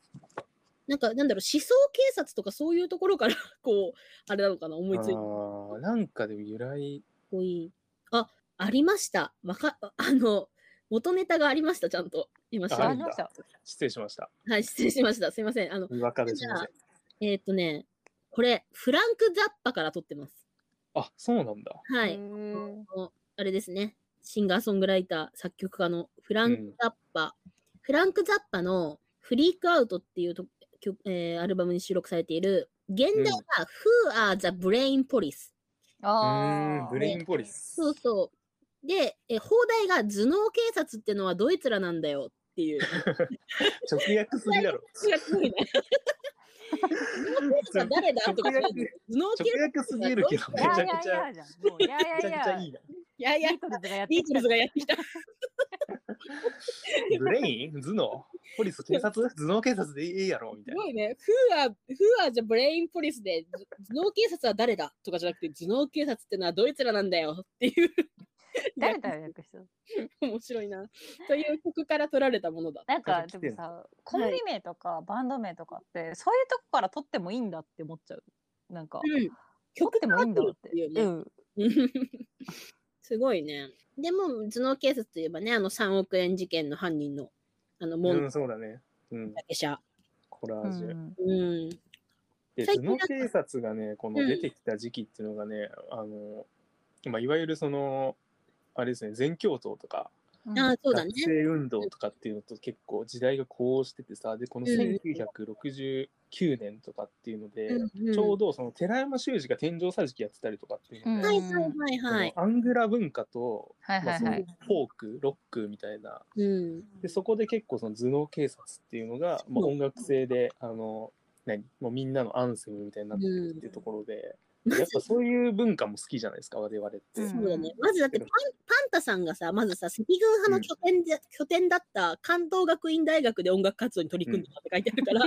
なんかなんだろう思想警察とかそういうところからこうあれなのかな思いついたか
あ
っ
ーなんかでも由来、
こいいあありましたわか [LAUGHS] あの元ネタがありましたちゃんと今調べ
あるん
り
だ
ました。
失礼しました。
はい、失礼しました。すいません。あの、
にわかですいません。
えーっ、とね、これ、フランク・ザッパから撮ってます。
あ、そうなんだ。
は
へ
い。
ー
あれですね。シンガーソングライター、作曲家のフランク・ザッパ。フランク・ザッパのフリークアウトっていうと曲、えーアルバムに収録されている、現代は Who are the Brain Police?
う
あ
ーん、
ー
ブレインポリ
[LAUGHS]
ス。
そうそう。で、えー放題が頭脳警察ってのはドイツらなんだよって
[LAUGHS]
いう。
直訳すぎだろ。
いやすごいね頭脳警察は誰だとか知らんけど頭脳警
直訳すぎるけど、め
い
ちゃ
や
く
いやい
ちゃ、
やじゃん。もういやい
めち
やい
ゃくちゃ
や。
いいな。
いやいや
ビー、トルズがやって
ビ
き
ートル
た
ズがやってきた。
ブレイン頭脳ポリス警察頭脳警察でいいやろみた
す
いな
ご。いね。Who are, who are the brain police で、ず頭脳警察は誰だとかじゃなくて、頭脳警察ってのはドイツらなんだよっていう。
誰だよ、訳したの
面白いな。という曲から取られたものだ。
なんか、
来て
でも
んの
さ、コンビ名とかバンド名とかって、そういうとこから取ってもいいんだって思っちゃう。なんか、
うん。
取ってもいいんだって。。
曲が合ってるっていううん [LAUGHS] すごいね。でも、頭脳警察といえばね、あの3億円事件の犯人の、あの、モ
う
ン
ん、そうだね。うん、
タケシャ。
コラ
う
ージュ。
ん
うん。
で、
最
頭
近なん
脳
か
警察がね、この
うん
出てきた時期っていうのがね、あの、まあ、いわゆるその、あれですね、全教頭とか、
うん
ああ、そうだね
学。生運動とかっていうのと結構時代がこうしててさ、で、この
うん
1969年とかっていうので、
うんうん
ちょうどその寺山修司が天井桟敷やってたりとかっていうので、
はいはいはいはい
そ。のアングラ文化と、
はい
ま
は
あ、
い
その
は
フ
い。
ォーク、ロックみたいな
うん。
でそこで結構その頭脳警察っていうのが、まあ、
そう
音楽性であの何もうみんなのアンセムみたいになってるっていうところで、やっぱそういう文化も好きじゃないですか我々って。
うん
そうだね。まずだってパン、パンタさんがさ、まずさ、赤軍派の拠点で、拠点だった関東学院大学で音楽活動に取り組んでたって書いてあるから、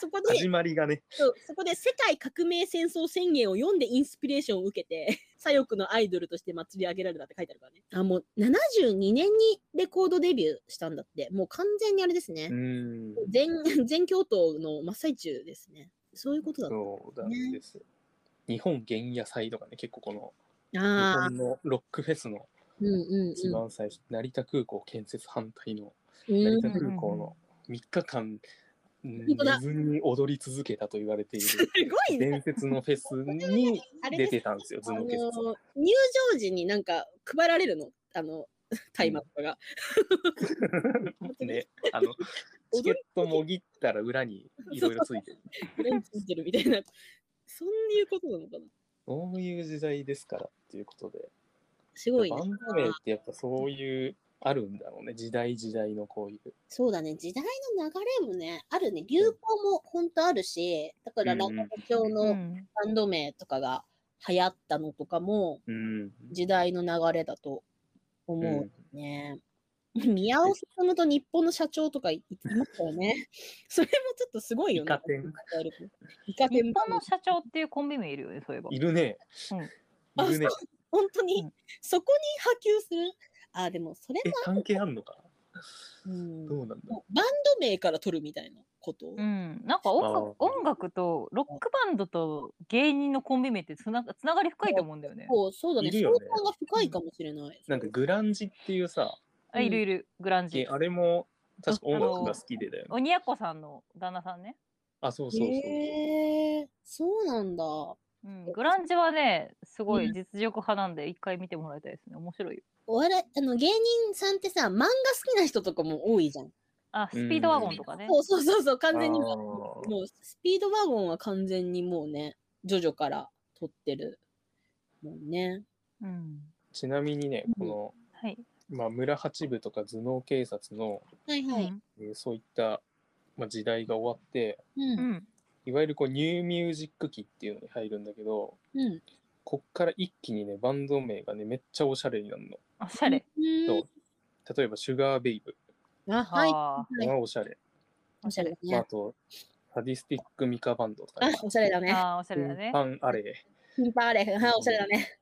そこで
[LAUGHS] 始、まりがね
そうそこで世界革命戦争宣言を読んでインスピレーションを受けて、 [LAUGHS] 左翼のアイドルとして祭り上げられたって書いてあるからね。あ、もう72年にレコードデビューしたんだって、もう完全にあれですね
う。ん
全、全 [LAUGHS] 教頭の真っ最中ですね。そういうことだった。
そうなんですよ。日本原野祭とかね結構この日
ああ、
本のロックフェスの
うんうん
一
うん。
番最初、成田空港建設反対の成田
う
うん
ん
空港の3日間、うん
本当だ
水に踊り続けたと言われている
すごいね。
伝説のフェスに
あれ
出
です
てたんですよ、
あ
ズ
の
ノ
ー
ケフェス。
入場時になんか配られるの、あの、大麻とかが。 [LAUGHS]
ね、あの、チケットもぎったら裏にいろいろついてる。
フレンチついてるみたいな。そういうことなのかな。
そういう時代ですからっていうことで。
すごいね
バ。ンド名ってやっぱそういう、あるんだろうね。時代時代のこういう。
そうだね、時代の流れもね、あるね、流行も本当あるし、だから、
うん
ラ
う
オ
ん
教の
う
バ
ん
ンド名とかが流行ったのとかも、
うん。
時代の流れだと思
う
うんね。宮尾進と日本の社長とか言ってましたよね。 [LAUGHS] それもちょっとすごいよね。
イカ天
イカ天
日本の社長っていうコンビ名いるよね、そういえば。
いるね。
あ
いるね。
本当に、
うん
そこに波及する。あ、でもそれ
え、関係あんのか
も、うん
どうなんだ
もうバンド名から取るみたいなこと。
うん、なんか音楽
あー
音楽とロックバンドと芸人のコンビ名ってつなつながり深いと思うんだよね。
そうそうだね。
いるよね
相関が深いかもしれない。
なんかグランジっていうさ、
あいるいる、グランジ
え。あれも確か音楽が好きでだよね。
鬼奴さんの旦那さんね、
あ、そうそうそう。
へえ、そうなんだ。
うん。グランジはね、すご
う
い実力派なんで、一回見てもらいたいですね。面白いよ。
お笑い、あの、芸人さんってさ、漫画好きな人とかも多いじゃん。
あ、スピードワゴンとかね。
そうそうそう、そう完全に
あー
もう、もうスピードワゴンは完全にもうね、ジョジョから撮ってる。もうね。
うん、
ちなみにね、
うん
こ
はい。
の、まあ、村八部とか頭脳警察の、
はいはい。
えーそういった、まあ、時代が終わって、
う。
うんん。
いわゆるこうニューミュージック期っていうのに入るんだけど、
うん。
こっから一気にね、バンド名がね、めっちゃおしゃれになるの。
おしゃれ。
う
例えば、シュガーベイブ
ん。あ、はい。
あ
はおしゃれ。
おしゃれだ
まあ、あ
ね。
と、サディスティックミカバンドとか
あ
ね、、
おしゃれだ
ー
ね。
あー、おしゃれだね
パ。ンアレ
キンパーレフ。はい、おしゃれだね。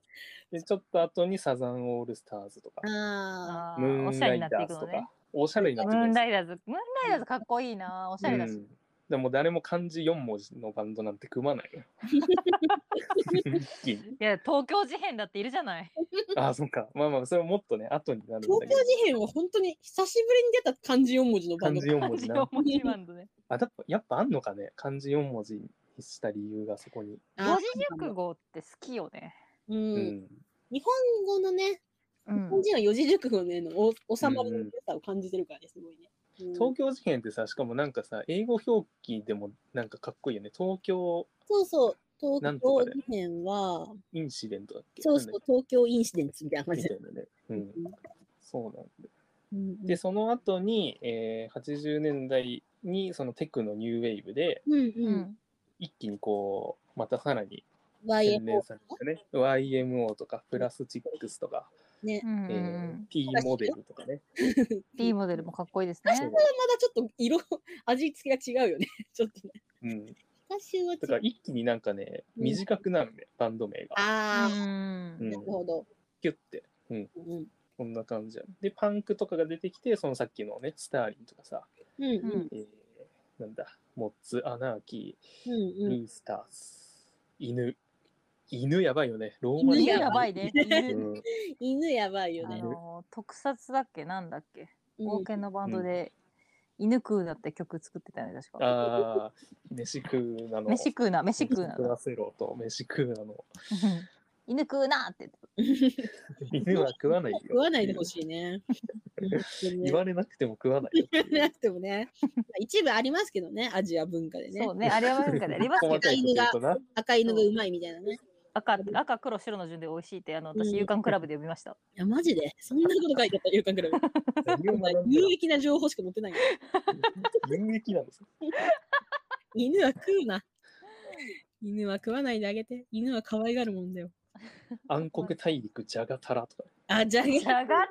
イ。で、ちょっと後にサザンオールスターズとか、
ああ。
あー
ムー
お
ン
しゃ
ラ
れ
イ
にな
ダ
ってい
ー
く
ズ
の
と
ね
か。、おしゃれにな
ム
っ
ー
てくるんで
ン
す
ラ
よ
イダーズ、ムーンライダーズかっこいいな。おしゃれだ
う
し。
んでも誰も漢字4文字のバンドなんて組まないよ。一気に
いや、東京事変だっているじゃない。
ああ、そっか。まあまあ、それはもっとね、後になるんだ
東
け
京
ど。
事変は本当に久しぶりに出た漢字四文字のバンド
漢字。4文
感 [LAUGHS] じ
字
の
な。
面白いバンドね。
あだっぱやっぱあんのかね。漢字4文字にした理由がそこに。
あ
四字熟語って好きよね。
う。
うんん。
日本語のね、
う
日本人は四字熟語のね、お収まりの
うん
良さを感じてるからね、すごいね。うん
東京事変ってさ、しかもなんかさ、英語表記でもなんかかっこいいよね。東京
そうそう、
な
東京
んとか
事
だよ
変は、
インシデントだっけ
そうそう、東京インシデンツみたいな
なんだっ
感
け
じ
みた
で。
いなね。うん。そうなんだよ。
うん
で、その後に、えー80年代にそのテクのニューウェーブで、
うんうん。
ん。
一気にこう、またさらに洗
YMO
練されてね、YMO とかプラスチックスとか、
ね。
う
まだ
んう
えー
ん。
P モデルとかね。
P モデルもかっこいいですね。
ちょっと色、 [LAUGHS] 味付けが違うよね。 [LAUGHS] ちょっとね。
うん、
歌集は違
だから
う。
一気になんかね、
うん
短くなるね、バンド名が。
ああ、
う
うん
ん
なる、ほど。
キュッて、
うん
こんな感じやで、パンクとかが出てきて、そのさっきのね、スターリンとかさ、
うんうん
えーなんだ、モッツ、アナーキ
うん
ー、
う
ル
ん。
ースターズ、犬。犬やばいよね、ローマ
犬
犬
やばいね。犬
うん
犬やばいよ
あ
ね。
の特撮だっけなんだっけ
うん
冒険のバンドで「犬食うな」って曲作ってたよね確か。
ああ、飯食うなの。
飯食うな飯食うな
食わせろと、飯食うなの。
[LAUGHS] 犬食うなって
犬は食わないよ。
食わないでほしいね。[LAUGHS]
言われなくても食わないよっていう。
なくてもね。まあ一部ありますけどね、アジア文化でね
そう。ねあれは文化
[LAUGHS]
でありますけ
細
ど
かいこと言うとな。
赤犬がうまいみたいなね。い
赤赤黒白の順で美味しいってあの私「夕刊クラブ」で読みました。
や、マジで。そんなこと書いてあった、勇敢くらい。 [LAUGHS]
何を学んだら [LAUGHS]
有益な情報しか載ってない。
有益なんですよ。
犬は食う [LAUGHS] な。犬は食わないであげて。犬は可愛がるもんだよ。
暗黒大陸じゃがたらとか。
あ、じゃが。え、
じゃがたら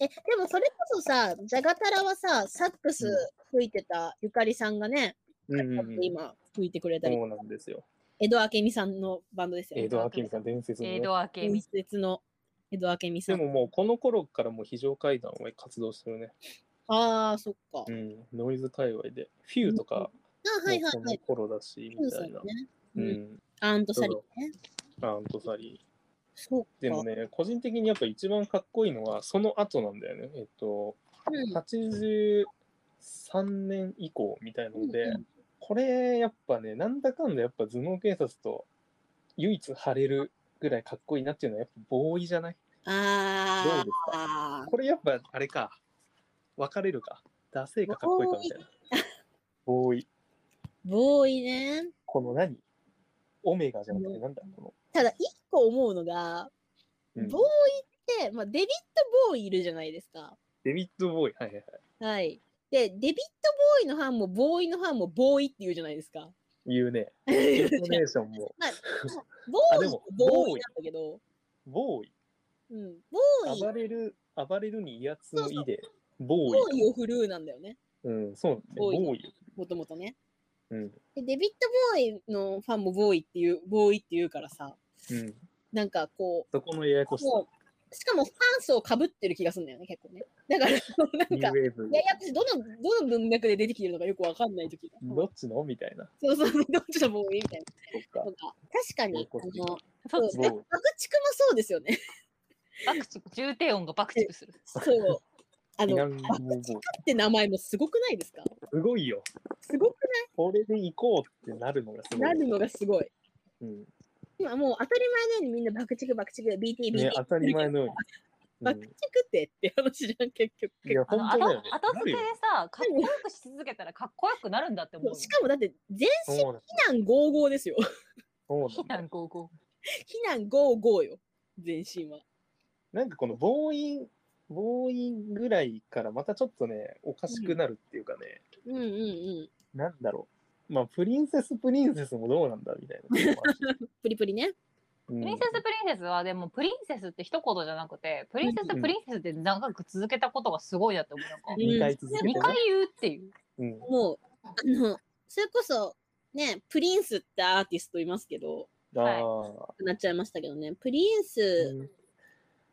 でもそれこそさ、じゃがたらはさ、サックス吹いてたゆかりさんがね、
うんうんうん
今吹いてくれたり、
そうなんですよ。
江戸明美さんのバンドですよ
江
ね。
戸明美さん伝説のね、
江戸明
伝
美
説の江戸明美さ
で
ん。
ももうこの頃からもう非常階段を活動してるね。
ああ、そっか。
うん、ノイズ界隈で。フィューとか
あ、は
もう
いはい
こ
は
の
い。
頃だし、みたいな。
う
うんん。
アンドサリね。
アントサリー。
そうか。
でもね、個人的にやっぱ一番かっこいいのはその後なんだよね。えっと、
うん
83年以降みたいなので、
うんう
これやっぱねなんだかんだやっぱ頭脳警察と唯一貼れるぐらいかっこいいなっていうのはやっぱボーイじゃないどう
あ
です
あ。
これやっぱあれか分かれるかダセーかかっこいいかみたいなボーイ
ボーイね。
この何オメガじゃなくてなんだこ
ただ、一個思うのが、
の、うん
ボーイって、まあ、デビッド・ボーイいるじゃないですか。
デビッド・ボーイはいはいはい
はい。で、デビッド・ボーイのファンも、ボーイのファンも、ボーイって言うじゃないですか。
言うねイントネーションも
[LAUGHS] ボ
あ
ー
で
イ
も、
ボーイなんだけど、
ボーイ
うん、ボーイ、
暴れる暴れるに威圧の
そう
意でボーイ
ボーイを振るうなんだよね、
うんそうなんだね
ボ
ボ
ーイ
ーイ
もともとね。
うん
で、デビッド・ボーイのファンも、ボーイっていう、ボーイって言うからさ、
うん
なんかこ
そこのややこ
う、
しさ
もう、しかもファン層かぶってる気がするんだよね、結構ね。だから、なん
ニュー
か
ウ、ェーブ
ややこしいどの、どの文脈で出てきてるのかよくわかんないときが。
どっちのみたいな
そうそう、どっちのボーイみたいな。
そっか
とか確かに、
こっち
あの、
そう
ボーイ
爆竹もそうですよね。
バクチク重低音がバクチクする。
そう。あの、
南
爆
もボーイ
竹って名前もすごくないですか
すごいよ
すごく
これで行こうってなるのがすごい
なるのがすごい。
うん
今もう当たり前のようにみんな爆竹爆竹 BT BT、
ね当たり前の
[LAUGHS]
ようにう
爆
ん
竹ってって話じゃん結局
いや
あ
本
の
当だよ
後
ね
後
な
付
る
け
よ
でさ、かっこよくし続けたらかっこよくなるんだって思う。
しかもだって全
そう
身
なんだ
避難合合ですよ [LAUGHS]
そう
避
なんだ
難合合。
避難合合よ全身は
なんかこのボーイボーイぐらいからまたちょっとねおかしくなるっていうかね、
うんうんうん
なんだろう。まあ、プリンセスプリンセスもどうなんだみたいな。
プリプリね
うん
プリンセスプリンセスはでもプリンセスって一言じゃなくてプリンセス
うん
プリンセスって長く続けたことがすごいなって思うなんか
うん
二回続けて、ね
2回言うっていう
うん。
もうあのそれこそねプリンスってアーティストいますけど
あ
はい
あ、
なっちゃいましたけどねプリンス、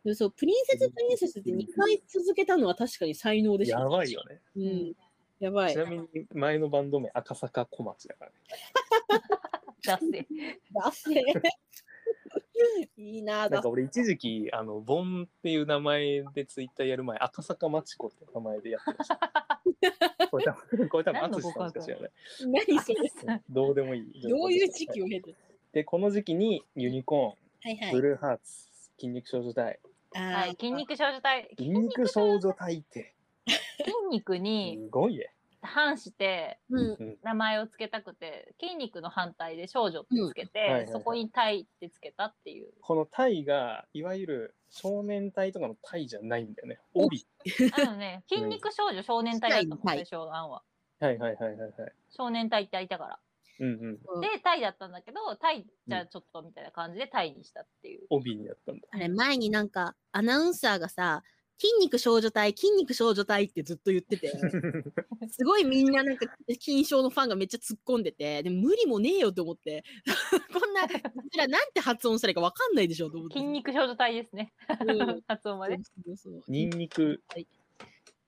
うん
そうプリンセスプリンセスって2回続けたのは確かに才能でした
やばいよね。
うんやばい
ちなみに前のバンド名赤坂小町だからね。
だって
だせ [LAUGHS] いいな
な
だ
んか俺一時期あのボンっていう名前でツイッターやる前赤坂町子って名前でやってました。これ多分これ多分
何の
淳さんしか知らない。
何
[LAUGHS]
それ
どうでもいい。
どういう時期を経て
でこの時期にユニコ
はいは
ーン、
い。
ブルーハーツ、筋肉少女隊、
あー
はい筋肉少女体
筋肉少女隊って
筋肉に
すごいね。
反して
うん。
名前をつけたくて筋肉の反対で少女ってつけて、
うんはいはいはい
そこに体ってつけたっていう
このタイがいわゆる少年隊とかのタイじゃないんだよね。
お
帯。
あのね筋肉少女少年隊だったもん
はい
最初案は
はいはいはいはいはい。
少年隊っていたから
うんうん。
うん
でタイだったんだけどタイじゃあちょっとみたいな感じでタイにしたっていう
帯になったんだ。
あれ、前になんか、アナウンサーがさ、筋肉少女隊、筋肉少女隊ってずっと言ってて、すごいみんななんか、筋少のファンがめっちゃ突っ込んでて、でも無理もねえよと思って、 [LAUGHS] こんな、こちらなんて発音したらいいかわかんないでしょと思って。
筋肉少女隊ですね、 [LAUGHS]
うん。
発音まで
そうそう
ニンニク。
はい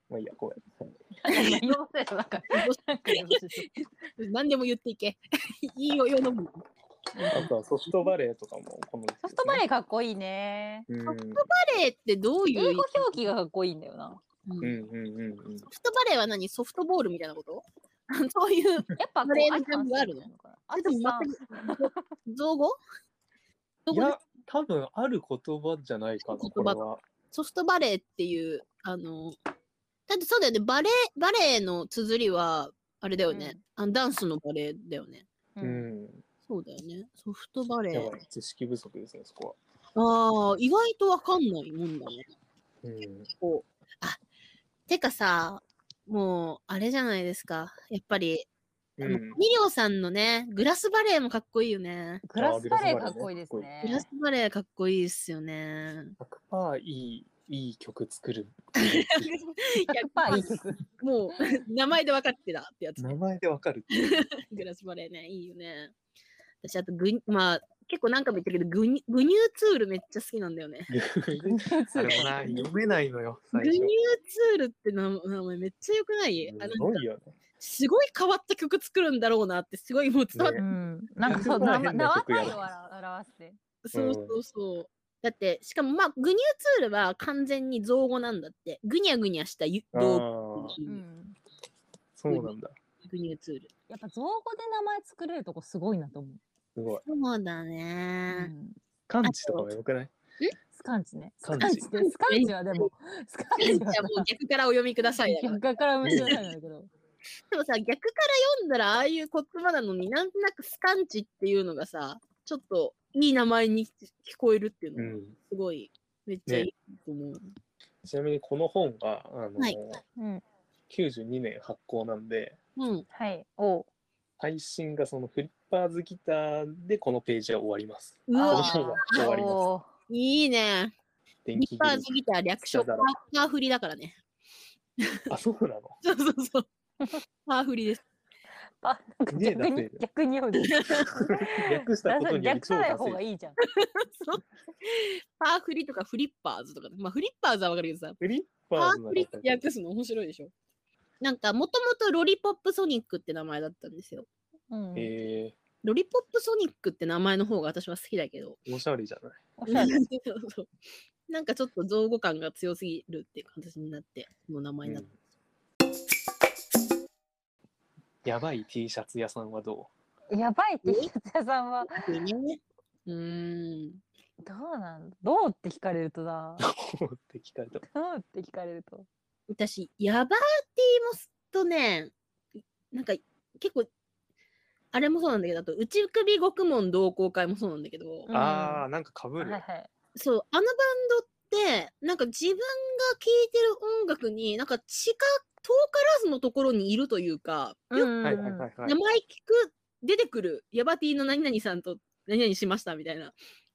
まあいいや、ごめん。
今言おうとしたなんかなんか言おうとしてた
何でも言っていけ。 [LAUGHS] いいよ、よのむ。
あとはソフトバレーとかもこの時期
ソフトバレーかっこいいね
ですね
ソフバレーってどういう
英語表記がかっこいいんだよな
うん
うんうんうんうんうん。
ソフトバレーは何ソフトボールみたいなこと [LAUGHS] そういう
やっぱこ
バレーの
う
ジャンルあるの
あ
で
と
も
さん
全く造語造語
い
で
や、多分ある言葉じゃないかな、
言
これ
葉
は。
ソフトバレーっていう、あの、だってそうだよね、バレー、バレーの綴りは、あれだよね、あのダンスのバレーだよね。
う
うんん。
そうだよね、ソフトバレ
や
ー
ば。い、知識不足ですね、そこは。
ああ、意外とわかんないもんだね。
うん。
こう。あ、てかさ、もう、あれじゃないですか。やっぱり、あ
う
の
ん
ミリオさんのね、グラスバレーもかっこいいよね。
グラスバレーかっこいいですね
グラスバレーかっこいいっすよね。
100%いい、いい曲作る。
100%いい曲
[LAUGHS] もう名前で分かってたってやつ。
名前でわかる。
グラスバレーね、いいよね。私、あとグニ、まあ、結構何回も言ってるけど、グニグニューツールめっちゃ好きなんだよね。
[LAUGHS] あれもな、読めないのよ、
グ
最
ニュー
初
ツ。ールって名名前めっちゃよくないあ
す
の
ごいよね。
すごい変わった曲作るんだろうなって、すごいもう伝わっ
ね
うんなんかそう
まあ
な
変
名
な
は
曲やる
体を表して
[LAUGHS] そううんそうそう。だって、しかもまあ、グニューツールは完全に造語なんだって。グニャグニャしたゆ
ああ
道具、
うん。
そうなんだ。
グニューツール。
やっぱ造語で名前作れるとこすごいなと思う。
すごい。
そうだ
う
ね。
ん、
感知とかもよくない
スカンチね。スカ
カ
ン
ン
チ
チ
って、スカンチはでも、スカン
[LAUGHS] じゃあ
チ
も
はさ
う逆からお読みくだ [LAUGHS] さいだから。
逆から面白いんだけど。
でもさ、逆から読んだら、ああいう言葉なのになんとなくスカンチっていうのがさ、ちょっといい名前に聞こえるっていう
う
のが
ん。
すごい、めっちゃいいと思う。
ちなみにこの本は、あの、
はい
うん。
92年発行なんで、
うん。
はい。おう。
配信がそのフリッパーズギターでこのページは終わります。
う
この
わ
あ、
本は終わります。
おう
いいね。
電
ニ
気
ッ
ギ
パー
ル
ズギター略称
下
パ
だ
ー
ろ
パーフリだからね。
あ、そうなの
そうそうそう。パーフリです。
あ、なんか
ねえだっ
逆に
て、
逆に言うの。
略したことにより
逆
超
さない
達
方が
成。
いいじゃん。
そうパーフリとかフリッパーズとかね、まあフリッパーズはわかるけどさ、
フリッパ
パ
ー
ー
ズな
フリ
の
訳すの面白いでしょ。なんか、もともとロリポップソニックって名前だったんですよ。
うん。
え
ロリポップソニックって名前の方が私は好きだけど。
ー、おしゃれじゃない。
おしゃれ。
[LAUGHS] そうそうなんかちょっと造語感が強すぎるっていう形になって、この名前になっ
う
た。
んやばい T シャツ屋さんはど
やばいって、ひつやさんは、
ねうーん。
どうなんどうって聞かれると
う
な。
[LAUGHS] って聞かれた。
どうって聞かれると。
私、ヤバーティもすとね、なんか結構、あれもそうなんだけど、あと、内首獄門同好会もそうなんだけど、
うん
あー、なんかかぶ
はい
る。
はい。
そう、あのバンドって、なんか自分が聴いてる音楽に、なんか近、遠からずのところにいるというか、よく
はいはいはいはい
名。前聞く、出てくる、ヤバティの何々さんと何々しましたみたいな、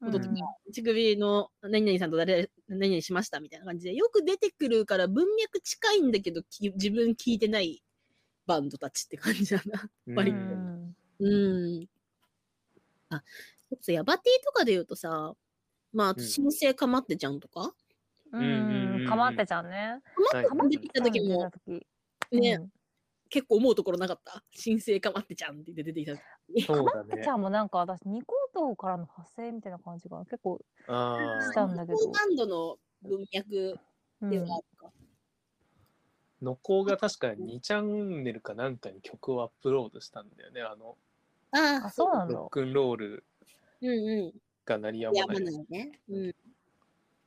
う
こ
ん
ととか乳首の何々さんと誰、何々しましたみたいな感じで、よく出てくるから文脈近いんだけど、き自分聞いてないバンドたちって感じだな。
うん
ぱり
うん
うん。あ、ちょっとヤバティとかで言うとさ、まあ、
うん
新生かまってちゃんとか、
う
うんうんうん
ん
う。ん
かまってちゃんね。
はい
かまってきた時も、ね、
うん
結構思うところなかった。新生かまってちゃんって言って出てきた。
そうだ
かまって [LAUGHS]
ね
ち。ゃんもなんか私、二高等からの派生みたいな感じが結構
あ
し
ー
たんだけど
ロックバンドの文脈
うん
ではあるか。
のこが確か2チャンネルかなんかに曲をアップロードしたんだよね。あの、
ああ、
あ、そうなんだ。
ロックンロール
うんう
が鳴りや
ん。や
ま
ばな
な。
いいね。うん。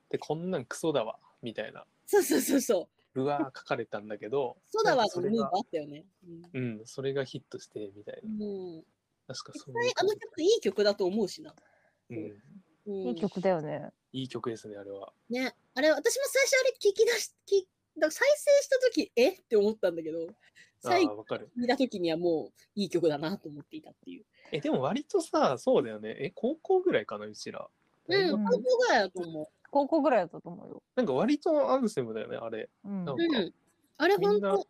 で、こんなんクソだわ、みたいな。
そうそうそうそう。
うわー書かれたんだけど、
ソダワ
そ
の
れ
ムーブあ
が
ったよね。う
うん、それがヒットして、みたいな。
ん。うん
確か
実
そう
際あの曲いい曲だと思うしな。
う
の
ん。
うん
いい曲だよね。
いい曲ですね、あれは。
ね。あれ、私も最初あれ聞き出し、聞だから再生したとき、えって思ったんだけど、
あ
最
あ、
後
わかる。
見たときにはもういい曲だなと思っていたっていう。
え、でも割とさ、そうだよね。え、高校ぐらいかな、うちら。
うん、
うん
高校ぐらいだと思
高校ぐらいだったと思うよ。
なんか割とアンセムだよね、あれ。
うん
な
う。
んか
うん。あれ、
み
ほん
んな
と、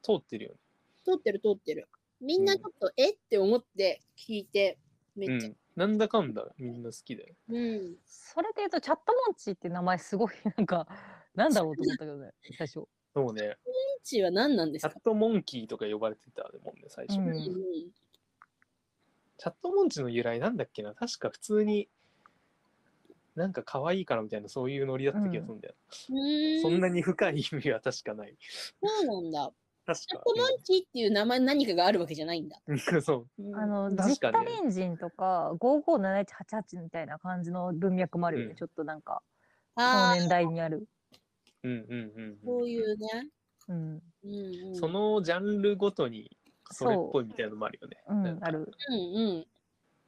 通ってるよね。
通ってる通ってる。みんなちょっと、えって思って聞いて、め
う
っちゃ。
ん。なんだかんだ、みんな好きだよね。
うん。
それで言うと、チャットモンチーって名前すごいなんか、 [LAUGHS] なんだろうと思ったけどね、最初。
そうね。
ピンチは何なんです
チャ
か
ットモンキーとか呼ばれてたもんね、最初。
う
うんん。
チャットモンチの由来なんだっけな確か普通に、なんか可愛いからみたいな、そういうノリだった気がするんだよ。
うん
そんなに深い意味は確かない。
そうなんだ。
確
チャッ
か。
トモンチーっていう名前に何かがあるわけじゃないんだ。
うん、 [LAUGHS] そう。
あの、
確
実
か
家
ね
隣人とか、557188みたいな感じの文脈もあるよね。
うん
ちょっとなんか、この
ああ、
年代にある。
うんうんうん、うん。
そういうね。
うん。
うんうん、
そのジャンルごとにそれっ
そ
ぽいみたいなのもあるよね。
う。う
なん
ん、
か
ある。
うんうん。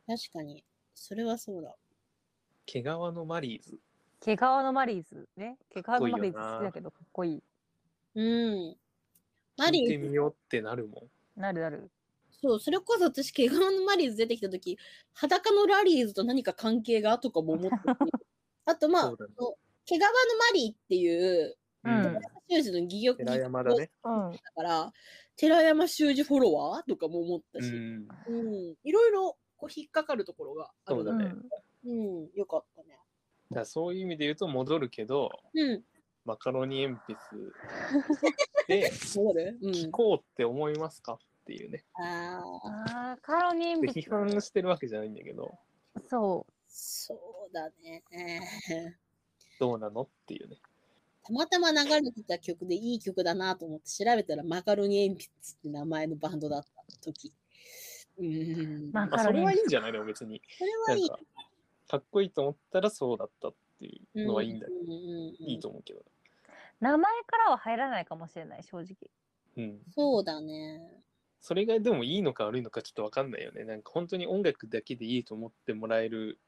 確かに。それはそうだ。
毛皮のマリーズ。
毛皮のマリーズね。毛皮の
こいいよ
マリーズ
な
好きだけど、かっこいい。
うん。マ
聞い
リ
て
ーズ、
みようってなるも
なるなる。
そう、それこそ私、毛皮のマリーズ出てきたとき、裸のラリーズと何か関係がとかも思
[LAUGHS]
っててあと、
ん。
まあ、
そうだね。
毛皮のマリーっていう、
うん。
修士の戯曲
寺山だね。
うん。
だから、寺山修司フォロワーとかも思った
う
し、
ん。
うん、いろいろこう引っかかるところがある
そう
の
だ
で、
ね
うん、よかったね。
だからそういう意味で言うと戻る
[LAUGHS]
けど、
うん、
マカロニ鉛筆で
戻るう
聞
ん。
こうって思いますかっていうね。
ああ。
ああ、カロニン
で批判してるわけじゃないんだけど、
そ
そうだね。
どうなのっていうね。
たまたま流れてた曲でいい曲だなと思って調べたらマカロニ鉛筆って名前のバンドだった時。うーん。
ま
マ
あ、
カ
そ
ロ
れ
ニ
はいい
鉛
んじゃないでも別に。
それ
な
はい
ん
い
か、かっこいいと思ったらそうだったっていううのはいいんだ、
うんうんうん
いいと思うけど。
名前からは入らないかもしれない正直
うん。
そうだね。
それがでもいいのか悪いのかちょっとわかんないよね。なんか本当に音楽だけでいいと思ってもらえる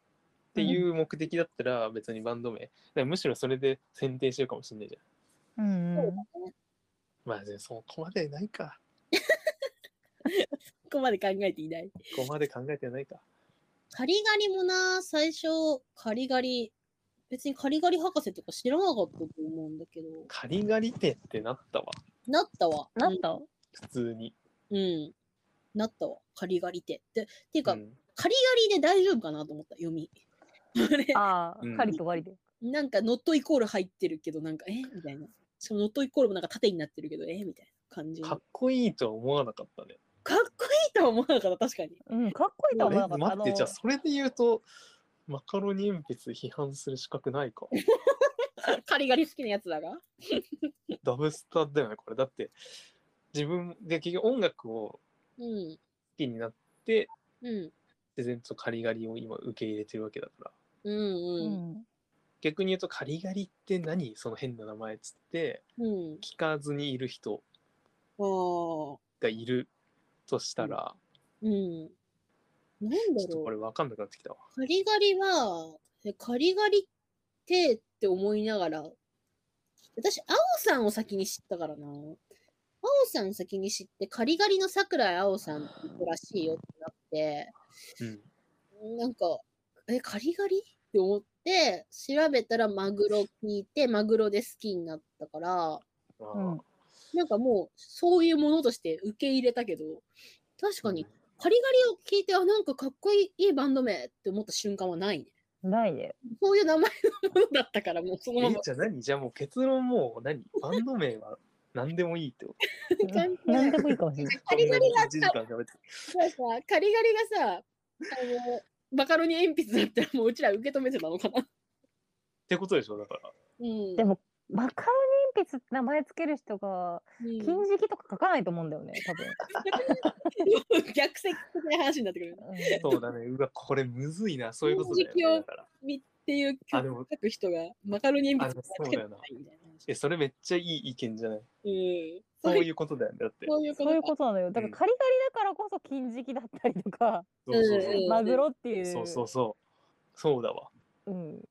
っていう目的だったら別にバンド名。だからむしろそれで選定してるかもしれないじゃん。
うん、
そう
う
だ
ん、
ね。
まあ、でもそこまでないか。
ここまで考えていない。
そこまで考えてないか。
カリガリもな、最初、カリガリ、別にカリガリ博士とか知らなかったと思うんだけど、
カリガリ店ってなったわ。
なったわ。
なった、
普通に。
うん。うん。なったわ。カリガリって。でっていうか、
うん
カリガリで大丈夫かなと思った、読み。あれ
ああ、
うん
狩りと狩りで
なんかノットイコール入ってるけど、なんか、えみたいな。しかもノットイコールもなんか縦になってるけど、えみたいな感じの。
か
かっ
っこいいとは思わなかったね。
こいいとは思わなかった、確かに。
うんかっこいいとは思わなかった
待って、じゃあ
あ
それで言うと、マカロニ鉛筆批判する資格ないか。
[LAUGHS] カリガリ好きなやつだが。
ダブスターだよね、これ。だって、自分で結局音楽を
うん。
好きになって、
うん。
自然とカリガリを今受け入れてるわけだから。
うん
の
うん。
逆に言うと、カリガリって何その変な名前っつって、
うん。
聞かずにいる人
ああ。
がいるとしたら、
うん。なん
ちょ
だ
っとこ
ろう。
れわかんなくなってきたわ。
カリガリは、えカリガリってって思いながら、私、青さんを先に知ったからな。青さん先に知って、カリガリの桜井青さんって人らしいよってなって、
うん。
なんか、え、カリガリって思って、調べたらマグロ聞いて、マグロで好きになったから、
あ
う
ー
ん
なんかもう、そういうものとして受け入れたけど、確かに、カリガリを聞いて、あ、なんかかっこいいいいバンド名って思った瞬間はないね。
ないね
そういう名前のものだったから、もうそのま
え
ま。
じゃあ何じゃあもう結論もう何バンド名は何でもいいってこと
関係ない
何でもいいかもしれない
カリガリが
1時間喋って
なんかカリガリがさ、あの、マカロニ鉛筆だったら、もううちら受け止めてたのかな。
ってことでしょだから。
うん。
でもマカロニ鉛筆って名前つける人が
うん
金色とか書かないと思うんだよね多分、
逆説的な話になってくるよね。
うん
そうだね。うわ、これむずいな。そういうことだよ
金色
ね。だから。
っていう
あ
曲
で
を
も
書く人が、マカロニ鉛筆
あそう
だ
だよな
みたいな話。
え、それめっちゃいい意見じゃない
うん。
そう
う、
いうことだよね。だって。
そういう
そういう
こ
ことなのよだから
うん
カリガリだからこそ金色だったりとか、
そうそう
うん
マグロっていう
そう。そうそうそう。そうだわ。
うん、
と。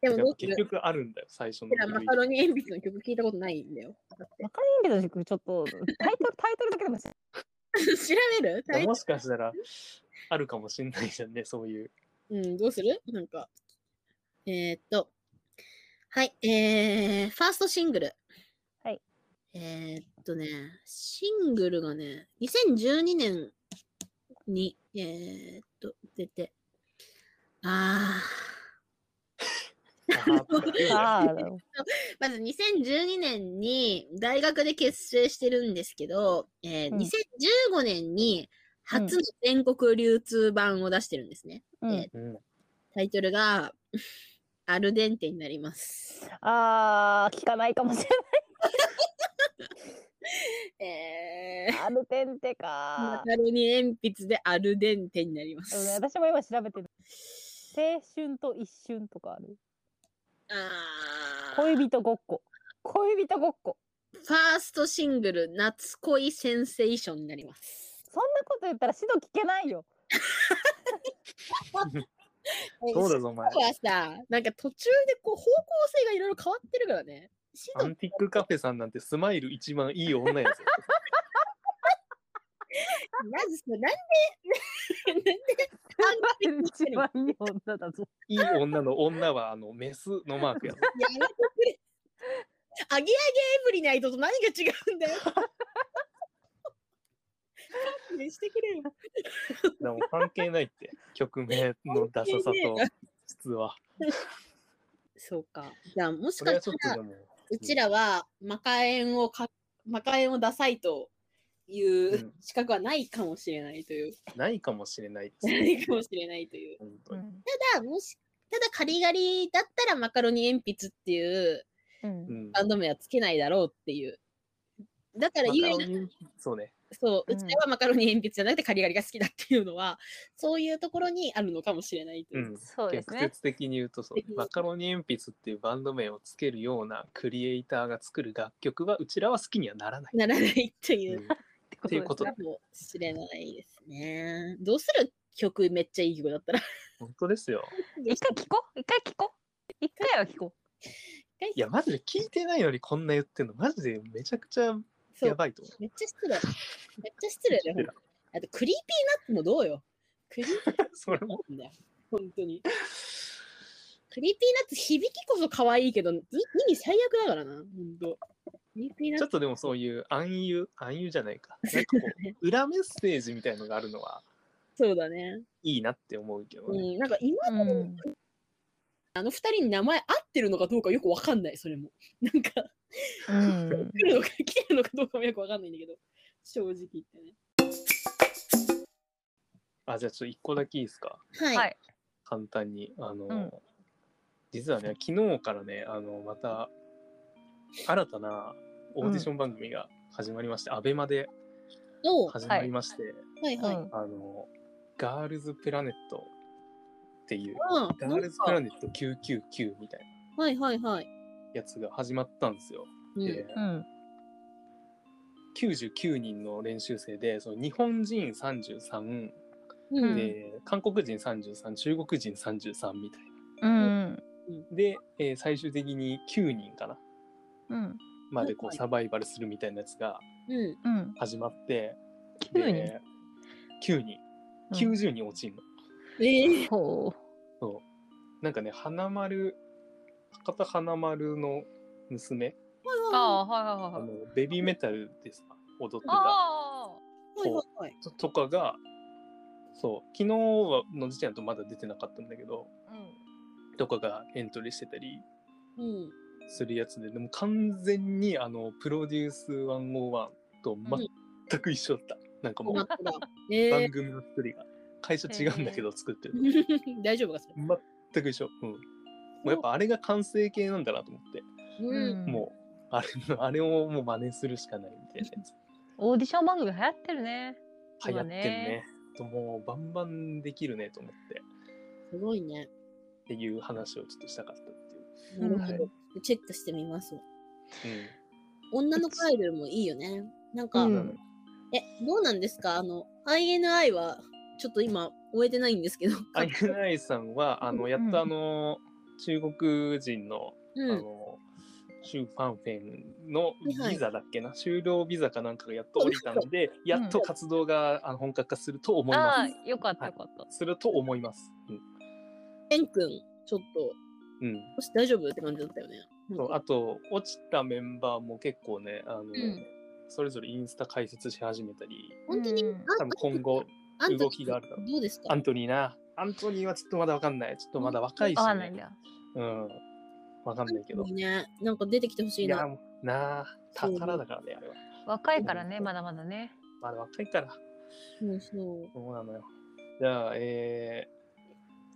で
や
も
っぱ、結局あるんだよ、最初の
僕らマ
古い
カロニ鉛筆の曲聞いたことないんだよ。 [LAUGHS]
マカロニ鉛筆の曲ちょっとタイトルタイトルだけでも知
調べるタイ
もしかしたら、あるかもしんないじゃんね、そういう。
うん、どうするなんか。えー、っと。はい、えー、ファーストシングル。
はい。
えー、っとね、シングルがね、2012年に、えー、っと、出て、あ
あーっていうね
ああ
ー、まず2012年に大学で結成してるんですけど、えー
うん
2015年に初の全国流通版を出してるんですね。
うん、
うん
タイトルが、 [LAUGHS] アルデンテになります。
あー聞かないかもしれ
えー、
ないアルテンテ
マ
か、
カロニ鉛筆でアルデンテになりま
うん
す。
私も今調べてる青春と一瞬とかある
あー
恋人ごっこ恋人ごっこ
ファーストシングル、夏恋センセーションになります。
そんなこと言ったらシド聞けないよ
そうだぞ、お前
シ。ドはさ、なんか途中でこう方向性がいろいろ変わってるからね。シ
ア
ド
ンティックカフェさんなんてスマイル一番いい
[LAUGHS]
女やぞ。
まずさ、なんで、なんで、
一番いい女だぞ
いい女の女は、あの、メスのマークやぞ。
やめてくれ。アゲアゲエブリナイトと何が違うん
[LAUGHS]
だよ。勘弁してくれよ。
でも関係ないって、曲名のダサさと
関係ねえ、
実は。
そうか。じゃあ、もし
そ
か
れは
し
ち
た
ょっ
ら
とで、も。
うちらは魔界縁をか魔界縁をダサいというん資格はないかもしれないという、 [LAUGHS]
ないかもしれないです
ないかもしれないという。
本当に
ただもしただカリガリだったらマカロニ鉛筆っていう
うん
うん
バンド名はつけないだろうっていう。だからゆえ
マカロニそうね。
そう、
う
うんちはマカロニ鉛筆じゃなくてカリガリが好きだっていうのは、そういうところにあるのかもしれないと
う
い
ん。
そうです
逆
ね。
説的に言うとそう
的に
マカロニ鉛筆っていうバンド名をつけるようなクリエイターが作る楽曲はうちらは好きにはならない。
ならないといううん
って
っていうこと
で
かもしれないですね。どうする曲めっちゃいい曲だったら。
本当ですよ。
すね一回聞こう一回聞こう一回は聞こ
いやマジで聞いてないのにこんな言ってんのマジでめちゃくちゃ
[LAUGHS] そう
やばいと思う。
めっちゃ失礼。めっちゃ失礼だよ。ほんとあと、クリーピーナッツもどうよ。クリーピーナッ
それも
ツなんだよ。本当に。クリーピーナッツ、響きこそ可愛いけど、に意味最悪だからな。本当。クリーピーナッ
ちょ
ツ
っとでもそういう暗誘暗誘じゃないか。なんかこう裏メッセージみたいのがあるのは
そうだね。
いいなって思うけど
う
ね。
ん。なんか今
う。うん。
あの二人に名前合ってるのかどうかよくわかんない、それも。なんか、
うん。
来るのか、 [LAUGHS] 来てるのかどうかもよくわかんないんだけど、正直言ってね。
あじゃあちょっと一個だけいいですか。
は
はい。
簡単にあの、
うん
実はね昨日からねあのまた新たなオーディション番組が始まりまして、アベマで
おうは
始まりまして、
い
うん
はい。うん
あのガールズプラネットっていうガ
な
ー
ん
ルズプ
か
ラネット999みたい
はいはいはい。
なやつが始まったんですよ。
うん
で
うん。
99人の練習生でその日本人33、
うん
で韓国人33中国人33みたいな。
うん。
で、えー最終的に9人かな
うん。
までこ
は
う
い
サバイバルするみたいなやつが
うん。
うん。
始まって
9人
で9人90人落ちんの、
ええ
ほ
なんかね花丸博多花丸の娘
う。ああ、はいはい
あ
はい
の
はい。
ベビーメタルでさ踊ってた
あ
はいはいはい。
ととかがそう昨日はの時点だとまだ出てなかったんだけど
あ。うん。
とかがエントリーしてたり
うん。
するやつででも完全にあのプロデュース101と全く一緒だった、なんかもう
困った。え
番
え
組の作りが会社違うんだけど作ってるの
[LAUGHS] 大丈夫かそれ。
全く一緒、うん、もうやっぱあれが完成形なんだなと思って、
うん。
もうあれのあれをもう真似するしかないみたいなやつ
オーディション番組流行ってるね。
流行
今
ってんね。ともうバンバンできるねと思って
すごいね。
っていう話をちょっとしたかったって
なる
は
ほど。チェックしてみますわ。
いう、
女のカエルもいいよね。なんか、
うん
うん
え、どうなんですかあの、INI は、ちょっと今、終えてないんですけど。
アイナイさんはあのやっ
うん
とあの、中国人のあ
うん。
の、シュウ・ファンフェンの
はい
ビザだっけな、就労ビザかなんかがやっと降りたので、やっと活動があの本格化すると思いま
あ
す。
あ、よかったよかった。
すると思います。うん
ペン君、ちょっと、
うん、
もし大丈夫って感じだったよね。
そうあと落ちたメンバーも結構ねあの、
ん
それぞれインスタ開設し始めたり
本当に、
うん
多分今後
あん
動きがあるだろう
どうですか
アントニーなアントニーはちょっとまだわかんないちょっとまだ若いし、
わかんないん
ね、
だ。
うんわかんないけど
いいね。なんか出てきてほし
い
い
や
な。
もうなあ
そう
宝だからねあれは
若いからね、まだまだね。
まだ若いから
そうそう。
そうなのよじゃあえ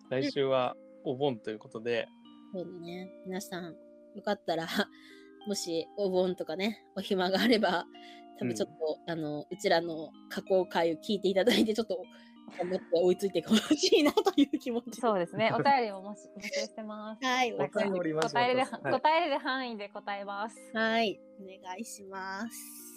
ー、来週はお盆ということで、
そうだね。皆さん、よかったら、 [LAUGHS] もしお盆とかね、お暇があれば、多分ちょっと、あの、うちらの加工会を聞いていただいて、ちょっと、頑張って追いついてほしいなという気持ち。
そうですね。 [LAUGHS] お便りをもし募集してます。
はい、
[LAUGHS] お便りおります
答えれる、
はい
答えれる範囲で答えます。
はい、お願いします。